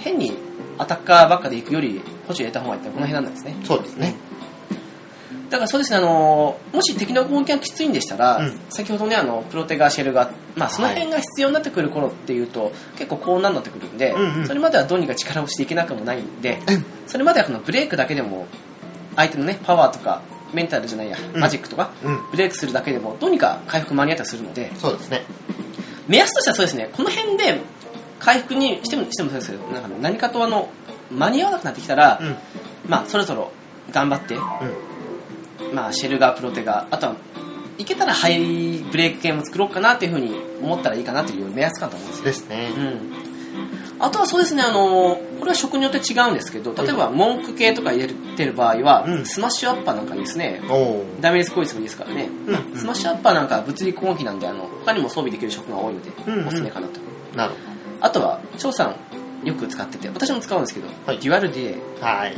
Speaker 1: 変にアタッカーばっかで行くより補助入れた方がいいってこの辺なんですね
Speaker 2: そうですね
Speaker 1: だからそうですね、あのもし敵の攻撃がきついんでしたら、
Speaker 2: うん
Speaker 1: 先ほどねあのプロテガーシェルが、まあ、その辺が必要になってくる頃っていうと、結構高難になってくるんで、
Speaker 2: うんうん
Speaker 1: それまではどうにか力をしていけなくもないんで、
Speaker 2: うん
Speaker 1: それまではこのブレイクだけでも相手のねパワーとかメンタルじゃないや、
Speaker 2: うん
Speaker 1: マジックとか
Speaker 2: うん
Speaker 1: ブレイクするだけでもどうにか回復間に合ったりするので
Speaker 2: そうですね
Speaker 1: 目安としてはそうですねこの辺で回復にしてもしてもそうですけどなんかね何かとあの間に合わなくなってきたら、
Speaker 2: うん
Speaker 1: まあそろそろ頑張って
Speaker 2: う
Speaker 1: まあ、シェルガープロテガーあとはいけたらハイブレイク系も作ろうかなっていうふうに思ったらいいかなという目安かと思うんです
Speaker 2: ん
Speaker 1: よ、
Speaker 2: ですね
Speaker 1: うん、あとはそうですねあのこれは職によって違うんですけど例えば文句系とか入れてる場合は、
Speaker 2: うん
Speaker 1: スマッシュアッパーなんかにですね
Speaker 2: おお
Speaker 1: ダメージ攻撃もいいですからね、
Speaker 2: うん
Speaker 1: スマッシュアッパーなんかは物理攻撃なんであの他にも装備できる職が多いので、
Speaker 2: うんうん
Speaker 1: おすすめかなと
Speaker 2: なるほ
Speaker 1: あとは翔さんよく使ってて私も使うんですけど、
Speaker 2: はい
Speaker 1: デュアルディレイ
Speaker 2: どはい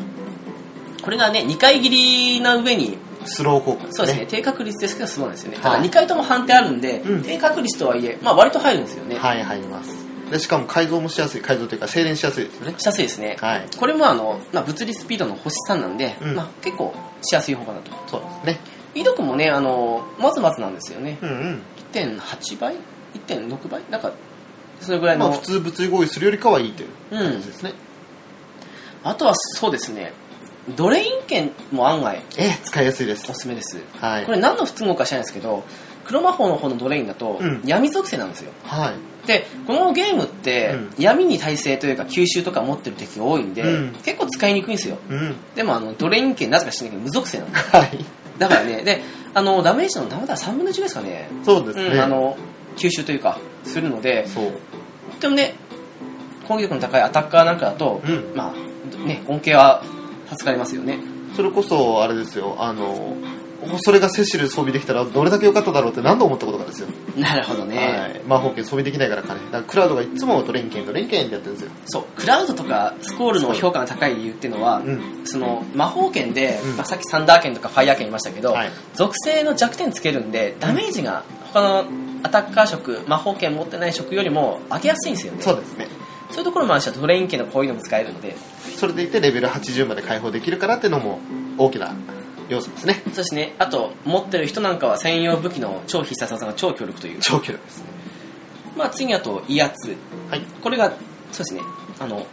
Speaker 1: これがね2回切りな上に
Speaker 2: スロー効果ですね
Speaker 1: そうですね、低確率ですけど、そうなんですよね。ただ
Speaker 2: は
Speaker 1: 2
Speaker 2: い
Speaker 1: 回とも判定あるんで、
Speaker 2: うん
Speaker 1: 低確率とはいえ、まあ割と入るんですよね。
Speaker 2: はい入りますでしかも改造もしやすい改造というか静電しやすいですよね
Speaker 1: しやすいですね。
Speaker 2: はい
Speaker 1: これもあの、まあ、物理スピードの星3なんで、
Speaker 2: うん
Speaker 1: まあ結構しやすい方かなと。
Speaker 2: そうですね
Speaker 1: 威力もね、あの、まずまずなんですよね。
Speaker 2: うんうん
Speaker 1: 1.8倍 ?1.6 倍なんか、それぐらい
Speaker 2: ま
Speaker 1: の。
Speaker 2: あ普通物理合意するよりかはいいという
Speaker 1: うん
Speaker 2: 感じ。ですね、
Speaker 1: あとはそうですね、ドレイン剣も案外
Speaker 2: ええ使いやすいです
Speaker 1: おすすめです。
Speaker 2: はい
Speaker 1: これ何の不都合か知らないですけど、黒魔法の方のドレインだと
Speaker 2: うん、
Speaker 1: 闇属性なんですよ。
Speaker 2: はい
Speaker 1: でこのゲームって
Speaker 2: う
Speaker 1: 闇に耐性というか吸収とか持ってる敵が多いんで、
Speaker 2: うん
Speaker 1: 結構使いにくいんですよ
Speaker 2: うん <laughs>
Speaker 1: でもあのドレイン系なぜか知らないけど無属性なんです
Speaker 2: はい
Speaker 1: だからねであのダメージのダメだ3分の1ですかね
Speaker 2: そうですね、
Speaker 1: うん、あの吸収というかするので
Speaker 2: そう
Speaker 1: でもね攻撃力の高いアタッカーなんかだと、
Speaker 2: うん
Speaker 1: まあね恩恵は助かりますよね
Speaker 2: それこそあれですよあのそれがセシル装備できたらどれだけ良かっただろうって何度思ったことかですよ、
Speaker 1: なるほどね、
Speaker 2: はい、魔法剣装備できないから金だからクラウドがいつもドレンケンドレンケンってやってるんですよ
Speaker 1: そうクラウドとかスコールの評価が高い理由っていうのは、
Speaker 2: うん
Speaker 1: その魔法剣で、
Speaker 2: うん
Speaker 1: まあ、さっきサンダー剣とかファイヤー剣言いましたけど、
Speaker 2: はい
Speaker 1: 属性の弱点つけるんでダメージが他のアタッカー職魔法剣持ってない職よりも上げやすいんですよね
Speaker 2: そうですね
Speaker 1: そういうところもあるしトレイン系のこういうのも使えるので
Speaker 2: それでいてレベル80まで解放できるからっていうのも大きな要素ですね
Speaker 1: そしてねあと持ってる人なんかは専用武器の超必殺技が超強力という
Speaker 2: 長距離ですね
Speaker 1: まあ次あと威圧
Speaker 2: はい
Speaker 1: これがそうですねあの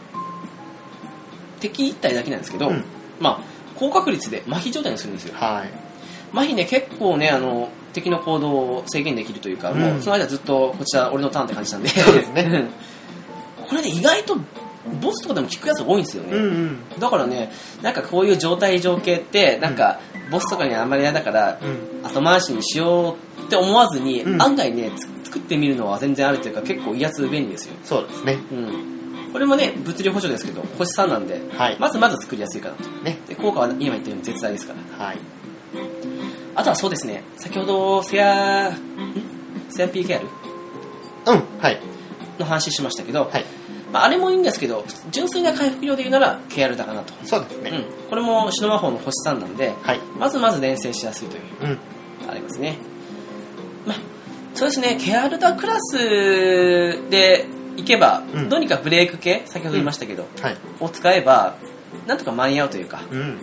Speaker 1: 敵一体だけなんですけど、
Speaker 2: うん
Speaker 1: まあ高確率で麻痺状態にするんですよ
Speaker 2: はい
Speaker 1: 麻痺ね結構ねあの敵の行動を制限できるというか、
Speaker 2: うん
Speaker 1: もうその間ずっとこちら俺のターンって感じなんで
Speaker 2: そうですね
Speaker 1: うん <laughs> これね意外とボスとかでも効くやつ多いんですよね、
Speaker 2: うんうん
Speaker 1: だからねなんかこういう状態情景ってなんか、ボスとかにはあんまり嫌だから、
Speaker 2: うん
Speaker 1: 後回しにしようって思わずに、
Speaker 2: うん
Speaker 1: 案外ねつ作ってみるのは全然あるというか結構威圧便利ですよ、
Speaker 2: そうですね
Speaker 1: うん、これもね物理補助ですけど星3なんで、
Speaker 2: はい
Speaker 1: まずまず作りやすいかなと
Speaker 2: ね
Speaker 1: で効果は今言ったように絶大ですから
Speaker 2: はい
Speaker 1: あとはそうですね、先ほどセア、んセア PKR
Speaker 2: うんはい
Speaker 1: の話しましたけど、
Speaker 2: はい
Speaker 1: まあ、あれもいいんですけど純粋な回復量で言うならケアルダかなと、
Speaker 2: そうですね、
Speaker 1: うん、これもシノマホの星3なんで
Speaker 2: はい
Speaker 1: まずまず連戦しやすいという
Speaker 2: うん
Speaker 1: ありますね。まあ、そうですね、ケアルダクラスで行けば、
Speaker 2: うん
Speaker 1: どうにかブレイク系、先ほど言いましたけど、
Speaker 2: はい
Speaker 1: を使えば、なんとか間に合うというか、
Speaker 2: うん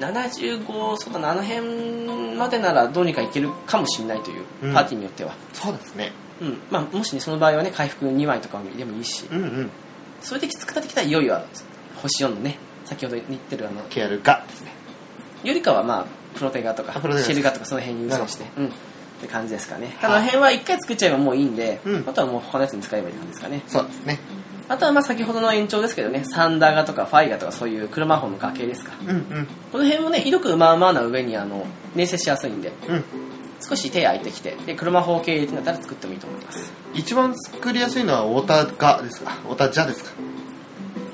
Speaker 1: 75、そうだな、あの辺までならどうにかいけるかもしれないという
Speaker 2: う、ん
Speaker 1: パーティーによっては。
Speaker 2: そうですね
Speaker 1: うん。まあ、もしね、その場合はね、回復2枚とかでもいいし、
Speaker 2: うんうん
Speaker 1: それできつくなってきたら、いよいよ、星4のね、先ほど言ってるあの、
Speaker 2: ケアルがですね
Speaker 1: よりかはまあプロテガとか
Speaker 2: あプロテガ
Speaker 1: シェルガとかその辺優先して、うん、って感じですかねただ
Speaker 2: はい
Speaker 1: あの辺は一回作っちゃえばもういいんで、
Speaker 2: うん
Speaker 1: あとはもう他のやつに使えばいい感じですかね
Speaker 2: そうですね
Speaker 1: あとはまあ先ほどの延長ですけどねサンダーガとかファイガとかそういう黒魔法の崖ですか
Speaker 2: うんうん
Speaker 1: この辺もねひどくまあまあな上にあの連接しやすいんで
Speaker 2: うん
Speaker 1: 少し手空いてきてで黒魔法系ってなったら作ってもいいと思います
Speaker 2: 一番作りやすいのはオータガですかオータジャですか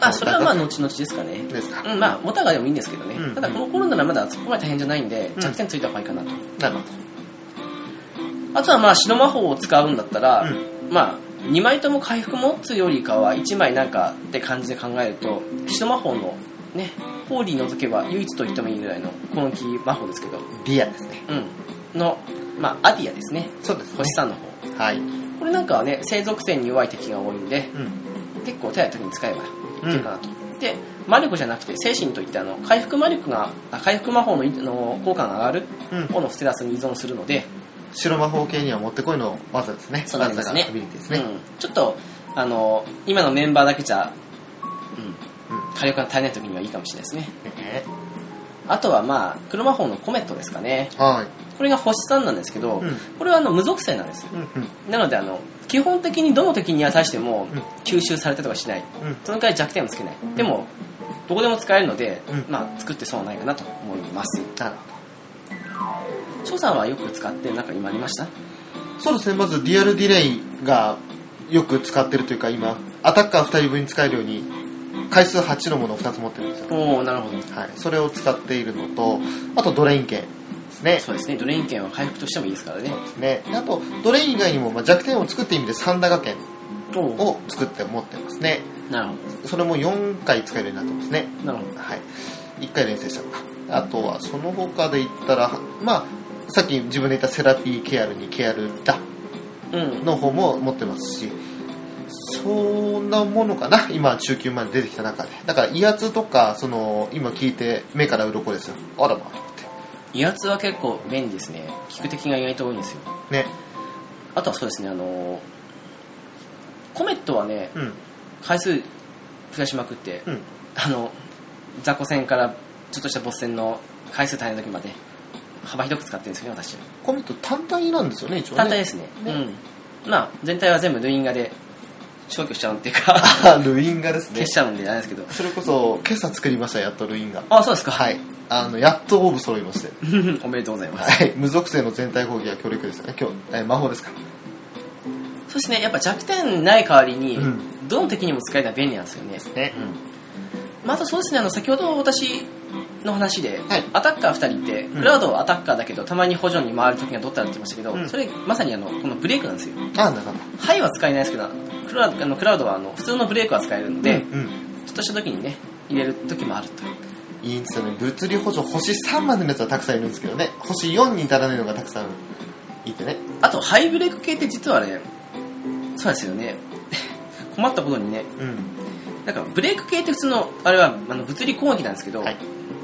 Speaker 1: まあそれはまあ後々ですかね
Speaker 2: ですか、
Speaker 1: うんまあモタガでもいいんですけどね、
Speaker 2: うん
Speaker 1: ただこの頃ならまだそこまで大変じゃないんで
Speaker 2: うん
Speaker 1: 弱点ついた方がいいかなと、
Speaker 2: なるほ
Speaker 1: あとはまあ白魔法を使うんだったら、
Speaker 2: う
Speaker 1: まあ2枚とも回復持つよりかは1枚なんかって感じで考えると白魔法のねホーリー除けば唯一と言ってもいいぐらいの根気魔法ですけど
Speaker 2: どディアですね
Speaker 1: うんのまあアディアですね
Speaker 2: そうですね
Speaker 1: 星さんの方
Speaker 2: はいうん
Speaker 1: これなんかはね生属性に弱い敵が多いんで結構手当たりに使えばいけるかなと、で魔力じゃなくて精神といってあの回復魔力があ回復魔法のいの効果が上がる
Speaker 2: うん
Speaker 1: 方のステラスに依存するので、
Speaker 2: 白魔法系にはもってこいの技ですね
Speaker 1: そうなんですね
Speaker 2: 技がアビリティですね
Speaker 1: うん、ちょっとあの今のメンバーだけじゃ、うん
Speaker 2: う
Speaker 1: 火力が足りない時にはいいかもしれないですね
Speaker 2: ね
Speaker 1: あとはまあ黒魔法のコメットですかね
Speaker 2: はい
Speaker 1: これが星3なんですけど、
Speaker 2: うん
Speaker 1: これはあの無属性なんですよ
Speaker 2: うんうん
Speaker 1: なのであの基本的にどの敵に対しても
Speaker 2: うん
Speaker 1: 吸収されたりとかしない
Speaker 2: うん
Speaker 1: そのくらい弱点もつけないでもどこでも使えるので、
Speaker 2: うん
Speaker 1: まあ、作って損はないかなと思います
Speaker 2: なるほ
Speaker 1: 翔さんはよく使ってる中今ありました
Speaker 2: どそうですねまずディアルディレイがよく使ってるというか今アタッカー2人分に使えるように回数8のものを2つ持ってるんですよ
Speaker 1: おおなるほど
Speaker 2: はい、それを使っているのとあとドレイン系ですね
Speaker 1: そうですねドレイン券は回復としてもいいですからね
Speaker 2: ねあとドレイン以外にも、まあ、弱点を作って意味で三打学園
Speaker 1: おお
Speaker 2: を作って持ってますね
Speaker 1: なるほ
Speaker 2: それも4回使えるようになってますね
Speaker 1: どなるほど
Speaker 2: はい1回連成したのかあとはその他で言ったらまあさっき自分で言ったセラピーケアルにケアルだ
Speaker 1: うん、
Speaker 2: の方も持ってますしそんなものかな今中級まで出てきた中でだから威圧とかその今聞いて目から鱗ですよあらまっ
Speaker 1: 威圧は結構便利ですね聞く敵が意外と多いんですよ
Speaker 2: てね
Speaker 1: あとはそうですねあのーコメットはね
Speaker 2: うん
Speaker 1: 回数増やしまくって、
Speaker 2: うん
Speaker 1: あの雑魚戦からちょっとしたボス戦の回数大変な時まで幅広く使ってるんですよね私
Speaker 2: コメント単体なんですよね一応ね
Speaker 1: 単体ですねうんまあ全体は全部ルインガで消去しちゃうんっていうか
Speaker 2: あ <laughs> ルインガですね
Speaker 1: 消しちゃうんであれですけど
Speaker 2: それこそ今朝作りましたやっとルインガ
Speaker 1: あそうですか
Speaker 2: はいあのやっとオーブ揃いまして
Speaker 1: <laughs> おめでとうございます
Speaker 2: はい無属性の全体攻撃は強力ですよね今日、えー魔法ですか
Speaker 1: そうですねやっぱ弱点ない代わりに、
Speaker 2: うん
Speaker 1: どの敵にも使えたら便利なんですよね
Speaker 2: ね
Speaker 1: まあ、あとそうですねあの先ほど私の話で、
Speaker 2: はい
Speaker 1: アタッカー2人って
Speaker 2: ん
Speaker 1: クラウドはアタッカーだけどたまに補助に回る時がどったらって言ってましたけど、
Speaker 2: うん
Speaker 1: それまさにあのこのブレイクなんですよ
Speaker 2: あなるほど
Speaker 1: ハイは使えないですけどクラウドあのクラウドはあの普通のブレイクは使えるので、
Speaker 2: うんうん
Speaker 1: ちょっとした時にね入れる時もあると
Speaker 2: いいんですよね物理補助星3までのやつはたくさんいるんですけどね星4に至らないのがたくさんいてね
Speaker 1: あとハイブレイク系って実はねそうですよね <laughs> 困ったことにね
Speaker 2: うん
Speaker 1: なんかブレイク系って普通のあれはあの物理攻撃なんですけど、
Speaker 2: はい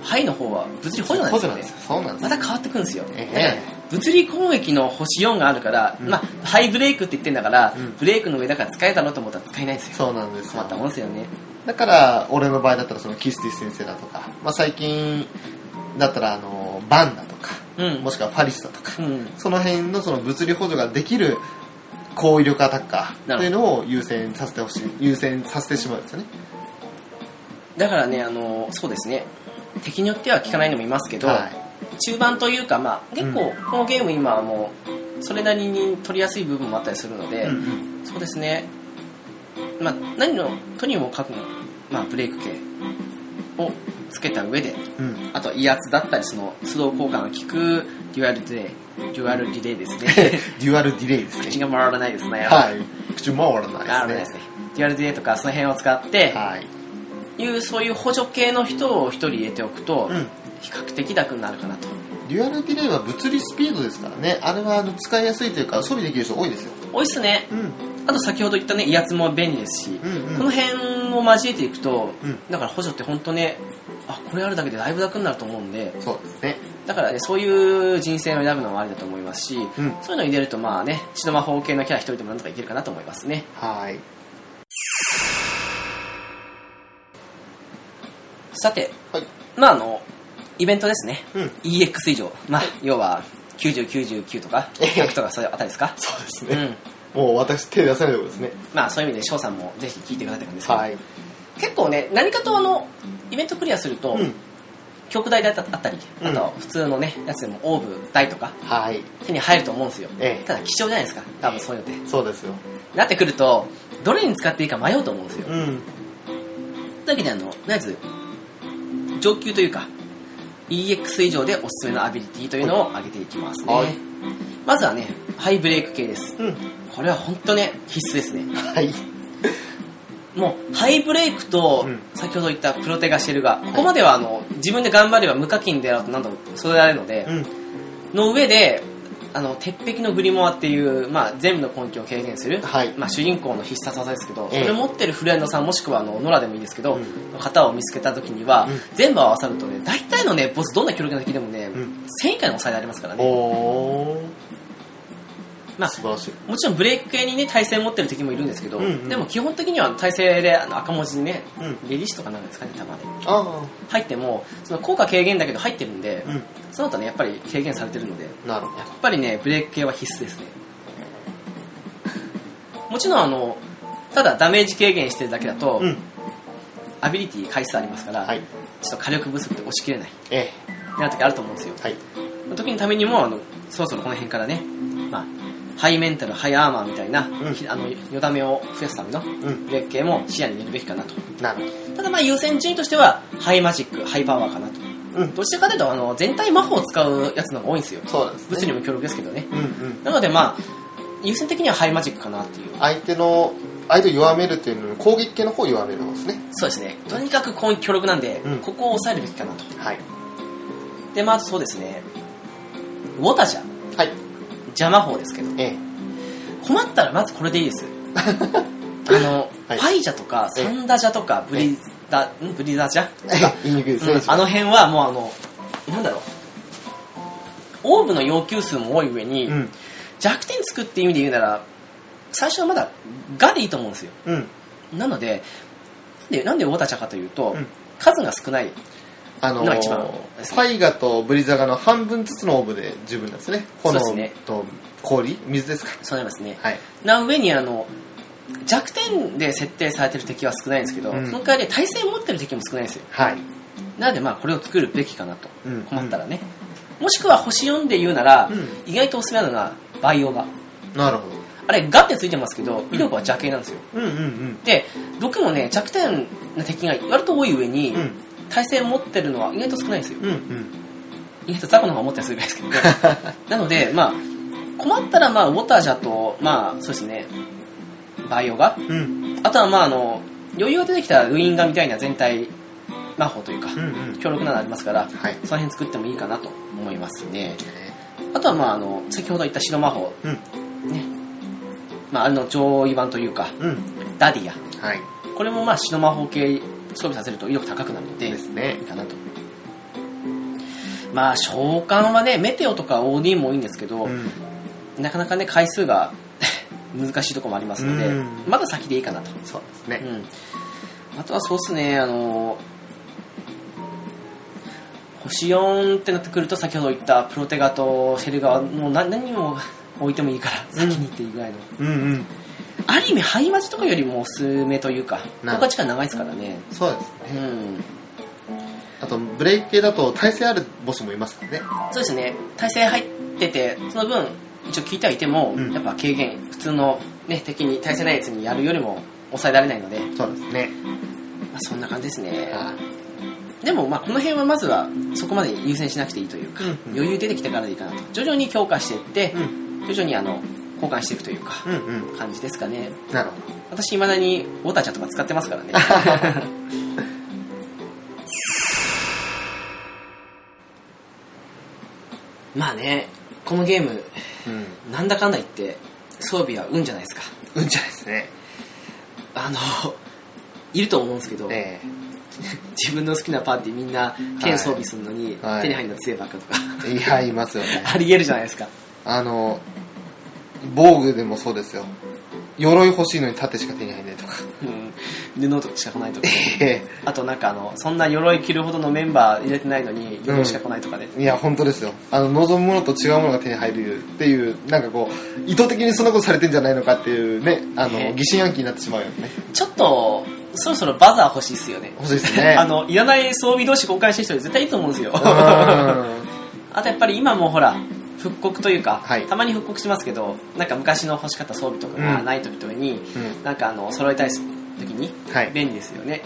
Speaker 1: ハイの方は物理補助なん
Speaker 2: 補
Speaker 1: です
Speaker 2: 助
Speaker 1: よ
Speaker 2: なん
Speaker 1: ね
Speaker 2: ですよそうなんで
Speaker 1: ますた変わってくるんですよ、
Speaker 2: ええ
Speaker 1: だから物理攻撃の星4があるから、
Speaker 2: うん
Speaker 1: まあ、ハイブレイクって言ってんだから、
Speaker 2: うん
Speaker 1: ブレイクの上だから使えたろうと思ったら使えないんですよ
Speaker 2: そうなんです
Speaker 1: 困
Speaker 2: よ
Speaker 1: ったもんですよね
Speaker 2: だから俺の場合だったらそのキスティス先生だとか、まあ、最近だったらあのバンだとか
Speaker 1: うん
Speaker 2: もしくはファリスだとか、
Speaker 1: うん
Speaker 2: その辺のその物理補助ができる高威力アタッカーというのを優先させてほしい優先させてしまうんですよね
Speaker 1: だからねあのそうですね敵によっては効かないのもいますけど、
Speaker 2: はい
Speaker 1: 中盤というか、まあ、結構このゲーム今はもうそれなりに取りやすい部分もあったりするので、
Speaker 2: うん
Speaker 1: そうですね、まあ、何のとにもかく、まあ、ブレイク系をつけた上で
Speaker 2: うん、 <laughs>
Speaker 1: あとは威圧だったりその都度効果の効くデュアルデレイデュアルリレーです
Speaker 2: <laughs>
Speaker 1: ね
Speaker 2: デュアルディレイです
Speaker 1: 口
Speaker 2: ね
Speaker 1: が回らないですね
Speaker 2: はい口回
Speaker 1: 回
Speaker 2: ら
Speaker 1: らない
Speaker 2: な
Speaker 1: い
Speaker 2: で
Speaker 1: ですす
Speaker 2: ね
Speaker 1: ねデュアルデレイとかその辺を使って
Speaker 2: はい、
Speaker 1: いうそういう補助系の人を一人入れておくと、
Speaker 2: うん、
Speaker 1: 比較的楽になるかなと
Speaker 2: デュアルディレイは物理スピードですからねあれはあの使いやすいというか装備できる人多いですよ
Speaker 1: 多いっすね
Speaker 2: うん
Speaker 1: あと先ほど言ったね威圧も便利ですし、
Speaker 2: うんうん
Speaker 1: この辺を交えていくと、
Speaker 2: うん
Speaker 1: だから補助って本当ねあこれあるだけでだいぶ楽になると思うんで
Speaker 2: そうですね
Speaker 1: だからねそういう人生を選ぶのもありだと思いますし、
Speaker 2: うん
Speaker 1: そういうのを入れるとまあね血の魔法系のキャラ一人でもなんとかいけるかなと思いますね
Speaker 2: はい
Speaker 1: さて
Speaker 2: はい
Speaker 1: まああのイベントですね
Speaker 2: うん
Speaker 1: EX 以上まあ要は9099とか100とかそういうあたりですか
Speaker 2: そうです
Speaker 1: う
Speaker 2: ね、
Speaker 1: ん
Speaker 2: もう私手出せないところですね
Speaker 1: まあそういう意味で翔さんもぜひ聞いてくださいんですけど、
Speaker 2: はい、
Speaker 1: 結構ね何かとあのイベントクリアすると、
Speaker 2: うん、
Speaker 1: 極大であったあったり
Speaker 2: うん
Speaker 1: あと普通のねやつでもオーブ大とか
Speaker 2: はい
Speaker 1: 手に入ると思うんですよ、
Speaker 2: ええ
Speaker 1: ただ貴重じゃないですか多分そういうのって
Speaker 2: そうですよ
Speaker 1: なってくるとどれに使っていいか迷うと思うんですよ、
Speaker 2: うん
Speaker 1: だけであのとりあえず上級というか EX 以上でおすすめのアビリティというのを上げていきますね、
Speaker 2: はい
Speaker 1: まずはねハイブレイク系です
Speaker 2: うん
Speaker 1: これは本当ね必須ですね
Speaker 2: はい
Speaker 1: もうハイブレイクと
Speaker 2: うん
Speaker 1: 先ほど言ったプロテガシェルがここまではあの自分で頑張れば無課金でやろうと何度もそれられるので、
Speaker 2: うん
Speaker 1: の上であの鉄壁のグリモアっていう、まあ、全部の根拠を軽減する、
Speaker 2: はい
Speaker 1: まあ、主人公の必殺技ですけど、
Speaker 2: ええ
Speaker 1: それ持ってるフレンドさんもしくはあのノラでもいいですけど、
Speaker 2: うん
Speaker 1: 型を見つけた時には、
Speaker 2: うん
Speaker 1: 全部合わさるとね大体のねボスどんな強力な敵でもね、
Speaker 2: うん
Speaker 1: 1000以下に抑えられますからね、
Speaker 2: おー
Speaker 1: まあ
Speaker 2: 素晴らしい
Speaker 1: もちろんブレイク系にね耐性持ってる敵もいるんですけど、
Speaker 2: うんうん
Speaker 1: でも基本的には耐性であの赤文字にね、
Speaker 2: うん
Speaker 1: レディッシュとかなんですかねたまに
Speaker 2: あ
Speaker 1: 入ってもその効果軽減だけど入ってるんで
Speaker 2: あ、う
Speaker 1: その後ねやっぱり軽減されてるので
Speaker 2: んなるほ
Speaker 1: やっぱりね、ブレーク系は必須ですね。もちろん、あの、ただダメージ軽減してるだけだと、
Speaker 2: どうん
Speaker 1: アビリティ回数ありますから、
Speaker 2: はい
Speaker 1: ちょっと火力不足で押し切れない、
Speaker 2: え
Speaker 1: なる時あると思うんですよ
Speaker 2: え。はい
Speaker 1: その時のためにも、あの、そろそろこの辺からね、まあ、ハイメンタル、ハイアーマーみたいな、
Speaker 2: ん
Speaker 1: ひあの、よだめを増やすための
Speaker 2: うん
Speaker 1: ブレーク系も視野に入れるべきかなと。
Speaker 2: なる
Speaker 1: ただまあ、優先順位としては、ハイマジック、ハイパワーかなと。
Speaker 2: うん
Speaker 1: どちらかというと、あの、全体魔法を使うやつの方が多いんですよ。
Speaker 2: そうですね
Speaker 1: 物理も強力ですけどね。
Speaker 2: うんうん
Speaker 1: なのでまあ優先的にはハイマジックかなっていう
Speaker 2: 相手の相手を弱めるっていうのに攻撃系の方を弱める方ですね
Speaker 1: そうですねとにかく攻撃強力なんで、
Speaker 2: うん
Speaker 1: ここを抑えるべきかなと
Speaker 2: はい
Speaker 1: でまあそうですねウォタジャ
Speaker 2: はい
Speaker 1: 邪魔法ですけど
Speaker 2: ええ
Speaker 1: 困ったらまずこれでいい
Speaker 2: <laughs>
Speaker 1: ですあの、
Speaker 2: はい
Speaker 1: ファイジャとか
Speaker 2: ええ
Speaker 1: サンダジャとかブリザんブリザジャ、
Speaker 2: <laughs> 言いにくいです
Speaker 1: う
Speaker 2: ね
Speaker 1: んあの辺はもうあのなんだろうオーブの要求数も多い上に、
Speaker 2: うん
Speaker 1: 弱点つくっていう意味で言うなら最初はまだ「が」でいいと思うんですよ
Speaker 2: うん
Speaker 1: なので、でなんでウォタチャかというと、
Speaker 2: うん
Speaker 1: 数が少ない。
Speaker 2: あの
Speaker 1: のが一番
Speaker 2: ファイガとブリザガの半分ずつのオーブで十分なんですね炎
Speaker 1: そうですね
Speaker 2: と氷水ですか
Speaker 1: そうなりますね。
Speaker 2: はい
Speaker 1: な上に、あの、弱点で設定されてる敵は少ないんですけど、
Speaker 2: うん
Speaker 1: その代わり耐性を持ってる敵も少ないんですよ。
Speaker 2: はい
Speaker 1: なので、まあ、これを作るべきかなと
Speaker 2: うん。
Speaker 1: 困ったらね。もしくは、星4で言うなら、
Speaker 2: う
Speaker 1: 意外とおすすめなのが、バイオガ。
Speaker 2: なるほ
Speaker 1: あれ、ガってついてますけど、威力は邪形なんですよ。
Speaker 2: どうんうんうん
Speaker 1: で、毒もね、弱点な敵が割と多い上に、
Speaker 2: うん
Speaker 1: 耐性持ってるのは意外と少ないんですよ。
Speaker 2: うんうん
Speaker 1: 意外と雑魚の方が持ったりするぐらいです
Speaker 2: <laughs>
Speaker 1: けどねなのでまあ困ったらまあウォタージャとまあそうですねバイオが
Speaker 2: うん
Speaker 1: あとはまああの余裕が出てきたらウインガみたいな全体魔法というか、
Speaker 2: うんうん
Speaker 1: 強力なのありますから
Speaker 2: はい
Speaker 1: その辺作ってもいいかなと思いますねあとはまああの先ほど言った白魔法
Speaker 2: うん
Speaker 1: ねまああの上位版というか
Speaker 2: うん
Speaker 1: ダディア
Speaker 2: はい
Speaker 1: これもまあ白魔法系装備させると威力高くなるので
Speaker 2: ですね
Speaker 1: いいかなと。まあ、召喚はね、メテオとか OD もいいんですけど、
Speaker 2: うん
Speaker 1: なかなかね、回数が <laughs> 難しいところもありますので、
Speaker 2: うん
Speaker 1: まだ先でいいかなと。
Speaker 2: そうです
Speaker 1: う
Speaker 2: ね
Speaker 1: ん。あとはそうっすね、あの星4ってなってくると、先ほど言ったプロテガとシェルガはもう何何も置いてもいいから、先にっていうぐらいの。
Speaker 2: うんうん
Speaker 1: ある意味、ハイマジとかよりもおすすめというか、
Speaker 2: なる
Speaker 1: 僕は力長いですからね。
Speaker 2: そうです
Speaker 1: う
Speaker 2: ね
Speaker 1: ん。
Speaker 2: あとブレイク系だと耐性あるボスもいますからね
Speaker 1: そうですね体勢入っててその分一応聞いてはいても、
Speaker 2: うん
Speaker 1: やっぱ軽減普通の、ね、敵に対勢ないやつにやるよりも抑えられないので、ま
Speaker 2: そうですね
Speaker 1: あ、そんな感じですね
Speaker 2: は
Speaker 1: でもまあこの辺はまずはそこまで優先しなくていいというか、
Speaker 2: うんうん
Speaker 1: 余裕出てきたからでいいかなと徐々に強化していって、
Speaker 2: ん
Speaker 1: 徐々にあの交換していくというか、
Speaker 2: うんうん
Speaker 1: 感じですかね
Speaker 2: なるほ
Speaker 1: 私いまだにウォーターちゃんとか使ってますからね <laughs> まあねこのゲーム
Speaker 2: どうん
Speaker 1: なんだかんだ言って装備は運じゃないですか
Speaker 2: うんじゃないですね
Speaker 1: あのいると思うんですけど、
Speaker 2: え
Speaker 1: 自分の好きなパーティーみんな剣装備するのに、
Speaker 2: はい
Speaker 1: 手に入るの強いばっかとか
Speaker 2: えいやいますよね
Speaker 1: ありえるじゃないですか
Speaker 2: あの防具でもそうですよ鎧欲しいのに盾しか手に入んないとか
Speaker 1: うん布とかしか来ないとか
Speaker 2: え
Speaker 1: あとなんかあのそんな鎧着るほどのメンバー入れてないのに鎧しか来ないとかね、
Speaker 2: えいや本当ですよあの望むものと違うものが手に入るっていうなんかこう意図的にそんなことされてんじゃないのかっていうねあ
Speaker 1: え
Speaker 2: の
Speaker 1: え
Speaker 2: 疑心暗鬼になってしまうよね
Speaker 1: ちょっとそろそろバザー欲しいっすよね
Speaker 2: 欲しいです <laughs> ね
Speaker 1: あのいらない装備同士交換してる人絶対いいと思うん
Speaker 2: <laughs>
Speaker 1: ですよ
Speaker 2: う
Speaker 1: あ
Speaker 2: ん
Speaker 1: とやっぱり今もうほら復刻というか、
Speaker 2: はい
Speaker 1: たまに復刻しますけどなんか昔の欲しかった装備とかが
Speaker 2: うん
Speaker 1: ない時とかに、
Speaker 2: う
Speaker 1: なんかあの揃えたい時に
Speaker 2: はい
Speaker 1: 便利ですよね、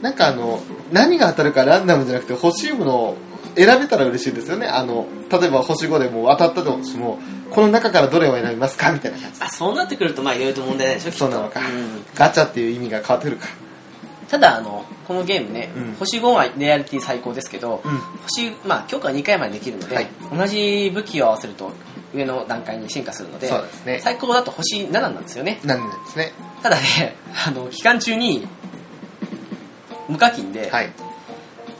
Speaker 2: なんかあの何が当たるかランダムじゃなくて欲しいものを選べたら嬉しいですよねあの例えば星5でもう当たったとしてもこの中からどれを選びますかみたいな感じ
Speaker 1: あそうなってくるとまあいろいろと問題ないでしょきっと
Speaker 2: そうなのか、
Speaker 1: ん
Speaker 2: ガチャっていう意味が変わってくるか
Speaker 1: ただあのこのゲームね、
Speaker 2: うん
Speaker 1: 星5はレアリティ最高ですけど、
Speaker 2: うん
Speaker 1: 星まあ強化は2回までできるので、
Speaker 2: はい
Speaker 1: 同じ武器を合わせると上の段階に進化するので
Speaker 2: そうですね
Speaker 1: 最高だと星7なんですよね
Speaker 2: なんですね
Speaker 1: ただね <laughs> あの期間中に無課金で
Speaker 2: はい、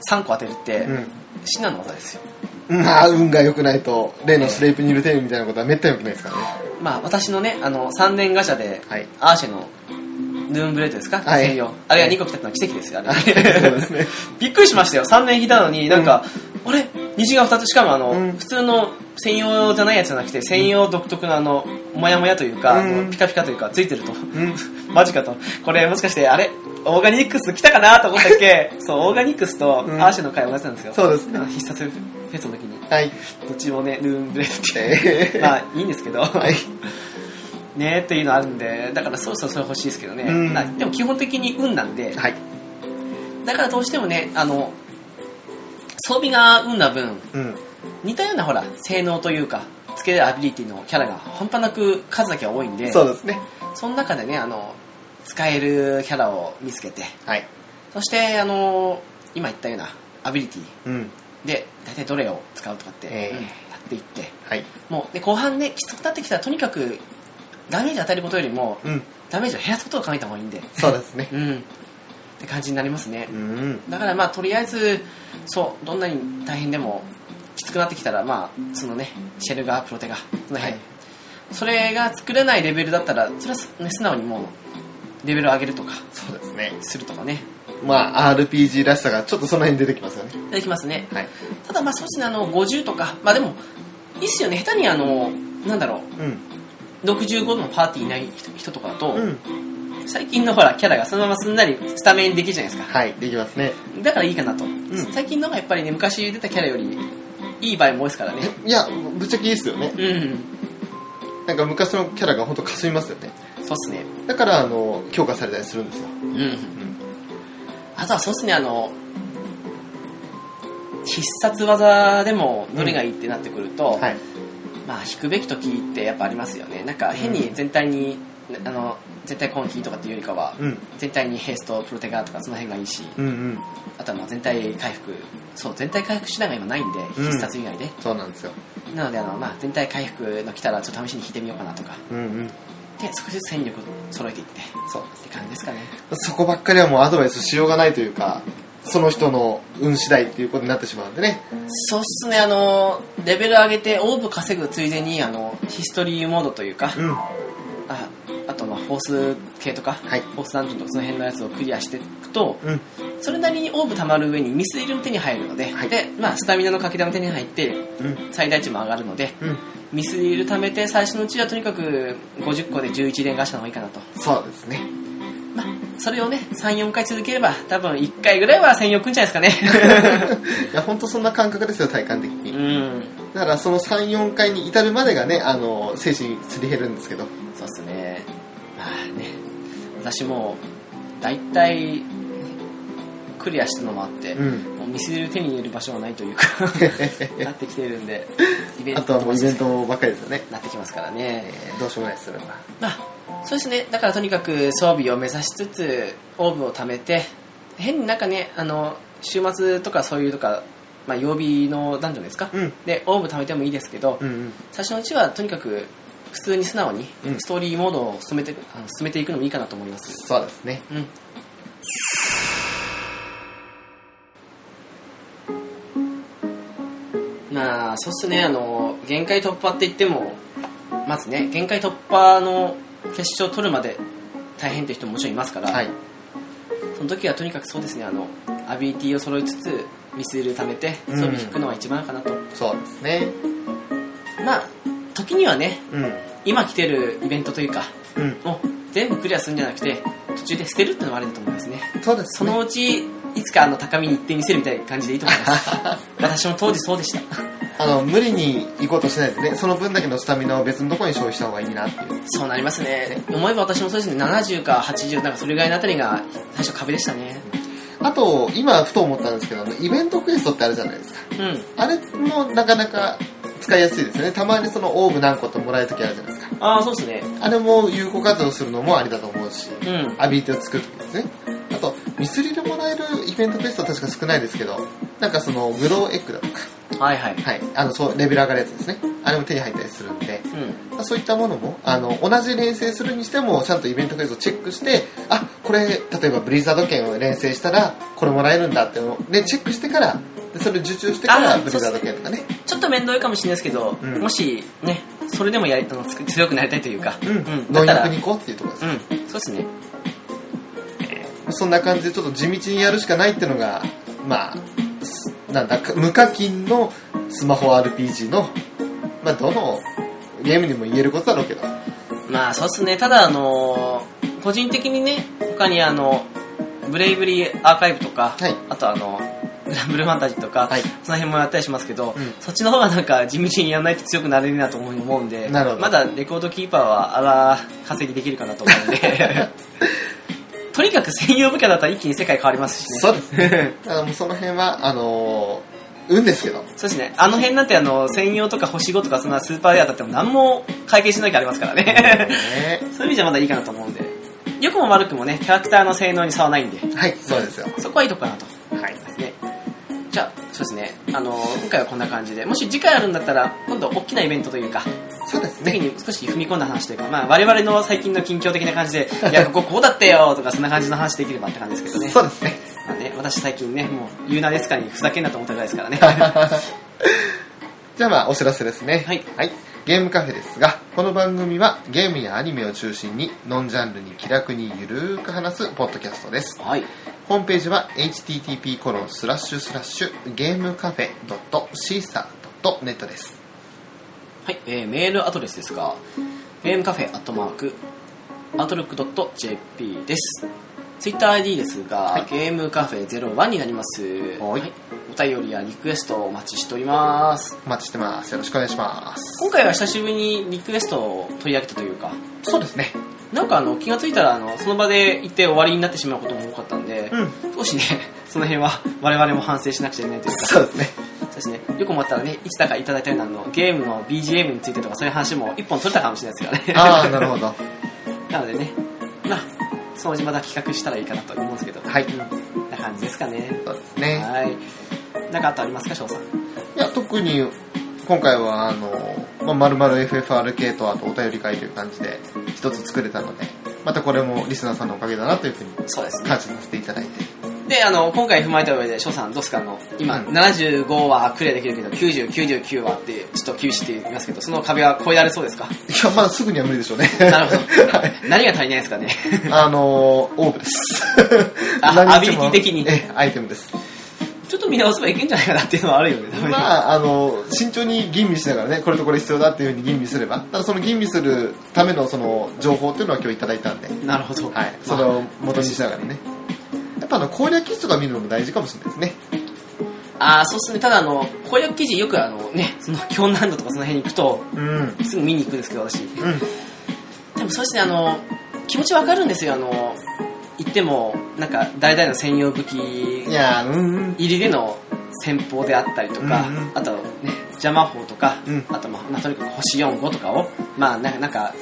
Speaker 1: 3個当てるって、
Speaker 2: うん
Speaker 1: 至難の技ですよ
Speaker 2: まあ運が良くないと例のスレイプニルテールみたいなことはめったに良くないですからね
Speaker 1: まあ私のねあの3年ガチャで、
Speaker 2: はい
Speaker 1: アーシェのルーンブレードですか、
Speaker 2: はい
Speaker 1: 専用あれが2個来たってのは奇跡ですよあれ
Speaker 2: そうですね
Speaker 1: <laughs> びっくりしましたよ3年引いたのになんか、あれ虹が2つしかもあの、
Speaker 2: うん
Speaker 1: 普通の専用じゃないやつじゃなくて専用独特のあのモヤモヤというか、
Speaker 2: うん
Speaker 1: あのピカピカというかついてると
Speaker 2: うん
Speaker 1: <laughs> マジかとこれもしかしてあれオーガニックス来たかなと思ったっ
Speaker 2: <laughs>
Speaker 1: けそうオーガニックスとア
Speaker 2: うん
Speaker 1: ーシェの会同じなんですよ、
Speaker 2: そうです
Speaker 1: あの
Speaker 2: ね
Speaker 1: 必殺フェスの時に
Speaker 2: はい
Speaker 1: どっちもねルーンブレードっていう
Speaker 2: えー
Speaker 1: まあいいんですけど、
Speaker 2: <laughs> はい
Speaker 1: ねっていうのあるんでだからそろそろそれ欲しいですけどね、
Speaker 2: うん
Speaker 1: なでも基本的に運なんで
Speaker 2: はい
Speaker 1: だからどうしてもねあの装備が運な分
Speaker 2: うん
Speaker 1: 似たようなほら性能というかつけるアビリティのキャラが半端なく数だけは多いんで
Speaker 2: そうですね
Speaker 1: その中でねあの使えるキャラを見つけて
Speaker 2: はい
Speaker 1: そしてあの今言ったようなアビリティ
Speaker 2: うん
Speaker 1: で大体どれを使うとかって、
Speaker 2: ええ
Speaker 1: うんやっていって
Speaker 2: はい
Speaker 1: もうで後半ねきつくなってきたらとにかくダメージ与えることよりも
Speaker 2: うん
Speaker 1: ダメージを減らすことを考えた方がいいんで
Speaker 2: そうですね
Speaker 1: うんって感じになりますね
Speaker 2: うん
Speaker 1: だからまあとりあえずそうどんなに大変でもきつくなってきたらまあそのねシェルガープロテガその辺、
Speaker 2: はい
Speaker 1: それが作れないレベルだったらそれは、ね、素直にもうレベルを上げるとか
Speaker 2: そうですね
Speaker 1: するとかね
Speaker 2: まあ RPG らしさがちょっとその辺出てきますよね
Speaker 1: できますね
Speaker 2: はい
Speaker 1: ただまあそうですねあの50とかまあでもいいっすよね下手にあのなんだろ
Speaker 2: うん
Speaker 1: う65のパーティーいない人人とかだと、
Speaker 2: うん
Speaker 1: 最近のほらキャラがそのまますんなりスタメンできるじゃないですか
Speaker 2: はいできますね
Speaker 1: だからいいかなと、
Speaker 2: ん
Speaker 1: 最近のがやっぱりね昔出たキャラよりいい場合も多いですからね
Speaker 2: いやぶっちゃけいいですよね
Speaker 1: うん
Speaker 2: なんか昔のキャラが本当かすみますよね
Speaker 1: そうっすね
Speaker 2: だからあの強化されたりするんですよ
Speaker 1: うんあとはそうっすねあの必殺技でもどれがいいってなってくると、
Speaker 2: はい
Speaker 1: まあ引くべき時ってやっぱありますよねなんか変に全体に、あの全体攻撃とかっていうよりかは、
Speaker 2: うん
Speaker 1: 全体にヘイストプロテガーとかその辺がいいし
Speaker 2: うんうん
Speaker 1: あとはまあ全体回復そう全体回復手段が今ないんで
Speaker 2: うん
Speaker 1: 必殺以外で、
Speaker 2: そうなんですよ
Speaker 1: なのであの、まあ、全体回復の来たらちょっと試しに引いてみようかなとか
Speaker 2: うんうん
Speaker 1: で少しずつ戦力を揃えていって
Speaker 2: そう
Speaker 1: って感じですかね
Speaker 2: そこばっかりはもうアドバイスしようがないというかその人の運次第っていうことになってしまうんでね
Speaker 1: そうっすねあのレベル上げてオーブ稼ぐついでにあのヒストリーモードというか、
Speaker 2: うん
Speaker 1: ああとまあフォース系とか、
Speaker 2: はい
Speaker 1: フォースダンジョンとかその辺のやつをクリアしていくと
Speaker 2: うん
Speaker 1: それなりにオーブ貯まる上にミスイルも手に入るので、
Speaker 2: はい
Speaker 1: でまあ、スタミナのかけらも手に入って
Speaker 2: うん
Speaker 1: 最大値も上がるので
Speaker 2: うん
Speaker 1: ミスイル貯めて最初のうちはとにかく50個で11連ガしたのがいいかなと
Speaker 2: そうですね
Speaker 1: まあ、それをね、3、4回続ければ、多分1回ぐらいは専用くんじゃないですかね。
Speaker 2: いや本当そんな感覚ですよ体感的
Speaker 1: う
Speaker 2: に
Speaker 1: ん。
Speaker 2: だからその34回に至るまでがねあの精神すり減るんですけど
Speaker 1: そうっすね。まあね、私も、だいたい、クリアしたのもあって、
Speaker 2: うん
Speaker 1: もう見せる手に入れる場所がないという
Speaker 2: <laughs>
Speaker 1: かなってきてるんでイベン
Speaker 2: あ
Speaker 1: ト
Speaker 2: とはもうイベン
Speaker 1: とか
Speaker 2: トばっかりですよね、
Speaker 1: なってきますから
Speaker 2: え
Speaker 1: ね、
Speaker 2: ーどうしようもないですそれは
Speaker 1: まあ、そうですねだからとにかく装備を目指しつつオーブを貯めて変になんかねあの週末とかそういうとか、まあ、曜日のダンジョンですか、
Speaker 2: うん
Speaker 1: でオーブ貯めてもいいですけど、
Speaker 2: うんうん
Speaker 1: 最初のうちはとにかく普通に素直に
Speaker 2: うん
Speaker 1: ストーリーモードを進めて,、あの進めていくのもいいかなと思います、
Speaker 2: そうですね
Speaker 1: うん、まあそうっすねあの限界突破って言ってもまずね限界突破の決勝を取るまで大変って人ももちろんいますから、
Speaker 2: はい
Speaker 1: その時はとにかくそうですねあのアビリティを揃えつつミスル貯めて
Speaker 2: う
Speaker 1: 装
Speaker 2: ん
Speaker 1: 備引くのが一番かなと、
Speaker 2: そうですね
Speaker 1: まあ時にはね
Speaker 2: うん
Speaker 1: 今来てるイベントというか
Speaker 2: うん
Speaker 1: もう全部クリアするんじゃなくて途中で捨てるってのもありだと思いますね
Speaker 2: そうです
Speaker 1: そ
Speaker 2: ね
Speaker 1: のうちいつかあの高みに行ってみせるみたいな感じでいいと思います
Speaker 2: <laughs>
Speaker 1: 私も当時そうでした
Speaker 2: あの無理に行こうとしないでねその分だけのスタミナを別のところに消費した方がいいなっていう
Speaker 1: そうなりますね思えば私もそうですね70か80なんかそれぐらいのあたりが最初壁でしたね
Speaker 2: あと今ふと思ったんですけどあのイベントクエストってあるじゃないですか
Speaker 1: うん
Speaker 2: あれもなかなか使いやすいですよねたまにそのオーブ何個ともらえる時あるじゃないですか
Speaker 1: ああそうですね
Speaker 2: あれも有効活用するのもありだと思うし
Speaker 1: うん
Speaker 2: アビリティを作るんですねあとミスリでもらえるイベントクエストは確か少ないですけどなんかそのグローエッグだとか
Speaker 1: はいはい
Speaker 2: はいあのそうレベル上がるやつですねあれも手に入ったりするんで
Speaker 1: うん
Speaker 2: まあそういったものもあの同じ連成するにしてもちゃんとイベントクエストをチェックしてあこれ例えばブリザード券を連成したらこれもらえるんだっていうのを、ね、チェックしてからでそれ受注してから
Speaker 1: あ
Speaker 2: ブリザード券とかね
Speaker 1: ちょっと面倒いかもしれないですけど、
Speaker 2: うん
Speaker 1: もしねそれでもやりあのつく強くなりたいというか
Speaker 2: うん
Speaker 1: だ
Speaker 2: 貪
Speaker 1: ったら
Speaker 2: 欲
Speaker 1: うん
Speaker 2: に行こうっていうところです、
Speaker 1: そうですね
Speaker 2: そんな感じでちょっと地道にやるしかないっていうのがまあすなんだか無課金のスマホ RPG のまあどのゲームにも言えることだろうけど
Speaker 1: まあそうっすねただあのー個人的にね他にあのブレイブリーアーカイブとか、
Speaker 2: はい
Speaker 1: あとあのグランブルーファンタジーとか、
Speaker 2: はい
Speaker 1: その辺もやったりしますけど、
Speaker 2: うん
Speaker 1: そっちの方がなんか地道にやらないと強くなれるなと思う思うんで
Speaker 2: なるほど
Speaker 1: まだレコードキーパーはあら稼ぎできるかなと思うん
Speaker 2: <laughs>
Speaker 1: でとにかく専用部下だったら一気に世界変わりますしね
Speaker 2: そうですねだからもうその辺はあのー運ですけ <laughs> ど
Speaker 1: そうですねあの辺なんてあの専用とか星5とかそんなスーパーレアだっても何も会計しなきゃありますからね <laughs>
Speaker 2: ね
Speaker 1: そういう意味じゃまだいいかなと思うんで良くも悪くもねキャラクターの性能に差はないんで
Speaker 2: はいそうですよ
Speaker 1: そこはいいとこかなと。
Speaker 2: はい
Speaker 1: ね。じゃあ、そうですね。あの、今回はこんな感じで、もし次回あるんだったら、今度大きなイベントというか、
Speaker 2: そうです
Speaker 1: 時
Speaker 2: ね
Speaker 1: に少し踏み込んだ話というか、まあ、我々の最近の近況的な感じで、
Speaker 2: <laughs>
Speaker 1: いや、こここうだったよとか、そんな感じの話できればって感じですけどね。
Speaker 2: そうですね
Speaker 1: まあね、私最近ね、もう、言うなですかにふざけんなと思ったぐらいですからね。
Speaker 2: じゃあまあお知らせですね
Speaker 1: はい
Speaker 2: はい、ゲームカフェですがこの番組はゲームやアニメを中心にノンジャンルに気楽にゆるーく話すポッドキャストです
Speaker 1: はい。
Speaker 2: ホームページは http コロンスラッシュスラッシュゲームカフェ .caesar.net です。
Speaker 1: はい、えー、メールアドレスですが、ゲームカフェアットマーク、アトルックドット JP です。ツイッター ID ですが、
Speaker 2: はい
Speaker 1: ゲームカフェ01になります。
Speaker 2: はい
Speaker 1: お便りやリクエストをお待ちしております。
Speaker 2: お待ちしてます。よろしくお願いします。
Speaker 1: 今回は久しぶりにリクエストを取り上げたというか、
Speaker 2: そうですね。
Speaker 1: なんかあの気がついたらあのその場で行って終わりになってしまうことも多かったんで、
Speaker 2: うん。
Speaker 1: 少しね、 <laughs> その辺は我々も反省しなくちゃいけないというか、
Speaker 2: そうですね。
Speaker 1: そうですね、よく思ったらね、いつだかいただいたようなあのゲームの BGM についてとかそういう話も一本取れたかもしれないですからね。
Speaker 2: ああ、なるほど。
Speaker 1: <laughs> なのでね、まあ、そのうちまた企画したらいいかなと思うんですけど、
Speaker 2: はい
Speaker 1: うんな感じですかね。
Speaker 2: そうですね。
Speaker 1: はい。なんかあとありますか、翔さん。
Speaker 2: いや、特に今回は、あの、まあ、まるまる FFRK とあとお便り会という感じで一つ作れたので、またこれもリスナーさんのおかげだなというふうに
Speaker 1: そうですね。
Speaker 2: 感じさせていただいて。
Speaker 1: で、あの、今回踏まえた上で、翔さん、どうですか、あの、今、
Speaker 2: うん
Speaker 1: 75はクリアできるけど、90、99はって、ちょっと厳しいって言いますけど、その壁は越えられそうですか
Speaker 2: いや、まあすぐ <laughs> には無理でしょうね。 <laughs>
Speaker 1: なるほど。
Speaker 2: はい。
Speaker 1: 何が足りないですかね。 <laughs>
Speaker 2: あのー、オーブです。
Speaker 1: あ
Speaker 2: <laughs> 何日も
Speaker 1: アビリティ的に
Speaker 2: え、アイテムです。
Speaker 1: ちょっと見直せばいけんじゃないかなっていうのはあるよね、多分
Speaker 2: まあ、あの、慎重に吟味しながらね、これとこれ必要だっていうふうに吟味すれば、ただその吟味するためのその情報っていうのは今日いただいたんで、
Speaker 1: <laughs> なるほど。
Speaker 2: はい、
Speaker 1: ま
Speaker 2: そ
Speaker 1: あ
Speaker 2: れを元にしながらね。やっぱあの、攻略記事とか見るのも大事かもしれないですね。
Speaker 1: あー、そうですね。ただ、あの、攻略記事、よくあの、ね、その、基本難度とかその辺に行くと、
Speaker 2: うん。うん。
Speaker 1: すぐ見に行くんですけど、私。でもそうですね、あの、気持ちわかるんですよ、あの、行ってもなんか大々の専用武器
Speaker 2: いやーうんうん
Speaker 1: 入りでの戦法であったりとか、
Speaker 2: うんうん
Speaker 1: あとね邪魔法とか、
Speaker 2: うん
Speaker 1: あと、まあ、まあとにかく星45とかをまあななんか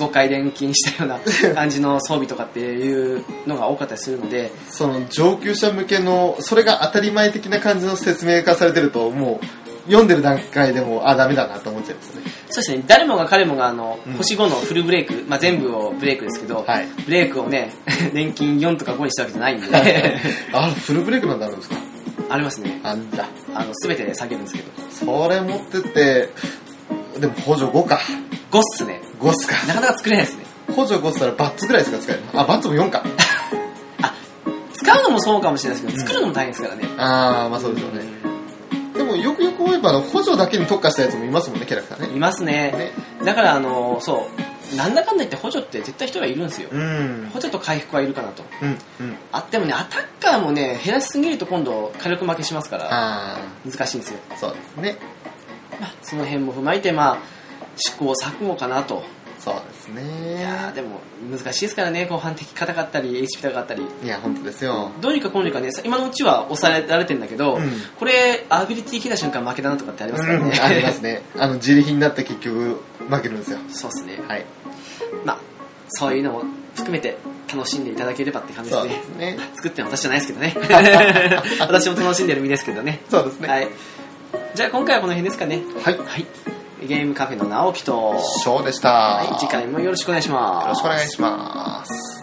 Speaker 1: 45回錬金したような感じの装備とかっていうのが多かったりするので
Speaker 2: その上級者向けのそれが当たり前的な感じの説明化されてるともう読んでる段階でもあダメだなと思っちゃいますね
Speaker 1: そうですね誰もが彼もがあの、
Speaker 2: うん
Speaker 1: 星5のフルブレイク、まあ、全部をブレイクですけど、
Speaker 2: はい
Speaker 1: ブレイクをね <laughs> 錬金4とか5にしたわけじゃないんで
Speaker 2: あフルブレイクなんてあるんですか
Speaker 1: <laughs> ありますね
Speaker 2: あんだ
Speaker 1: あの全て下げるんですけど
Speaker 2: それ持ってってでも補助5か
Speaker 1: 5っすね
Speaker 2: 5っすか
Speaker 1: なかなか作れないですね
Speaker 2: 補助5っつったらバッツぐらいしか使えるあバッツも4か
Speaker 1: 使うのもそうかもしれないですけど、
Speaker 2: うん
Speaker 1: 作るのも大変ですからね。
Speaker 2: ああまあそうでしょうねでもよくよく思えばあの補助だけに特化したやつもいますもんねキャラクターね
Speaker 1: いますね。
Speaker 2: ね
Speaker 1: だから、あの、そう、なんだかんだ言って補助って絶対人がいるんですよ。
Speaker 2: うん
Speaker 1: 補助と回復はいるかなと。
Speaker 2: うんうん
Speaker 1: あってもね、アタッカーもね、減らしすぎると今度火力負けしますから、
Speaker 2: あ
Speaker 1: 難しいんですよ。
Speaker 2: あそうですね
Speaker 1: まあ、その辺も踏まえて、まあ、試行錯誤かなと。
Speaker 2: そうです
Speaker 1: いやー、で
Speaker 2: ね
Speaker 1: も難しいですからね、後半敵硬かったり、HP 高かったり。
Speaker 2: いや本当ですよ
Speaker 1: どうにかこうにかね、さ今のうちは抑えられてんだけど、
Speaker 2: うん
Speaker 1: これ、アビリティ来た瞬間負けだなとかってありますからね。
Speaker 2: ありますね。あの、自利品になって結局、負けるんですよ。
Speaker 1: <laughs> そうですね。
Speaker 2: はい。
Speaker 1: まあ、そういうのも含めて楽しんでいただければって感じで
Speaker 2: そ
Speaker 1: す
Speaker 2: うで
Speaker 1: ね。
Speaker 2: すね。
Speaker 1: 作ってるの私じゃないです <laughs> けどね。私も楽しんでる身ですけどね。
Speaker 2: そうですね。
Speaker 1: はい。じゃあ今回はこの辺ですかね。
Speaker 2: はい。
Speaker 1: はい。ゲームカフェの直樹と、
Speaker 2: ショーでした。
Speaker 1: はい、次回もよろしくお願いします。
Speaker 2: よろしくお願いします。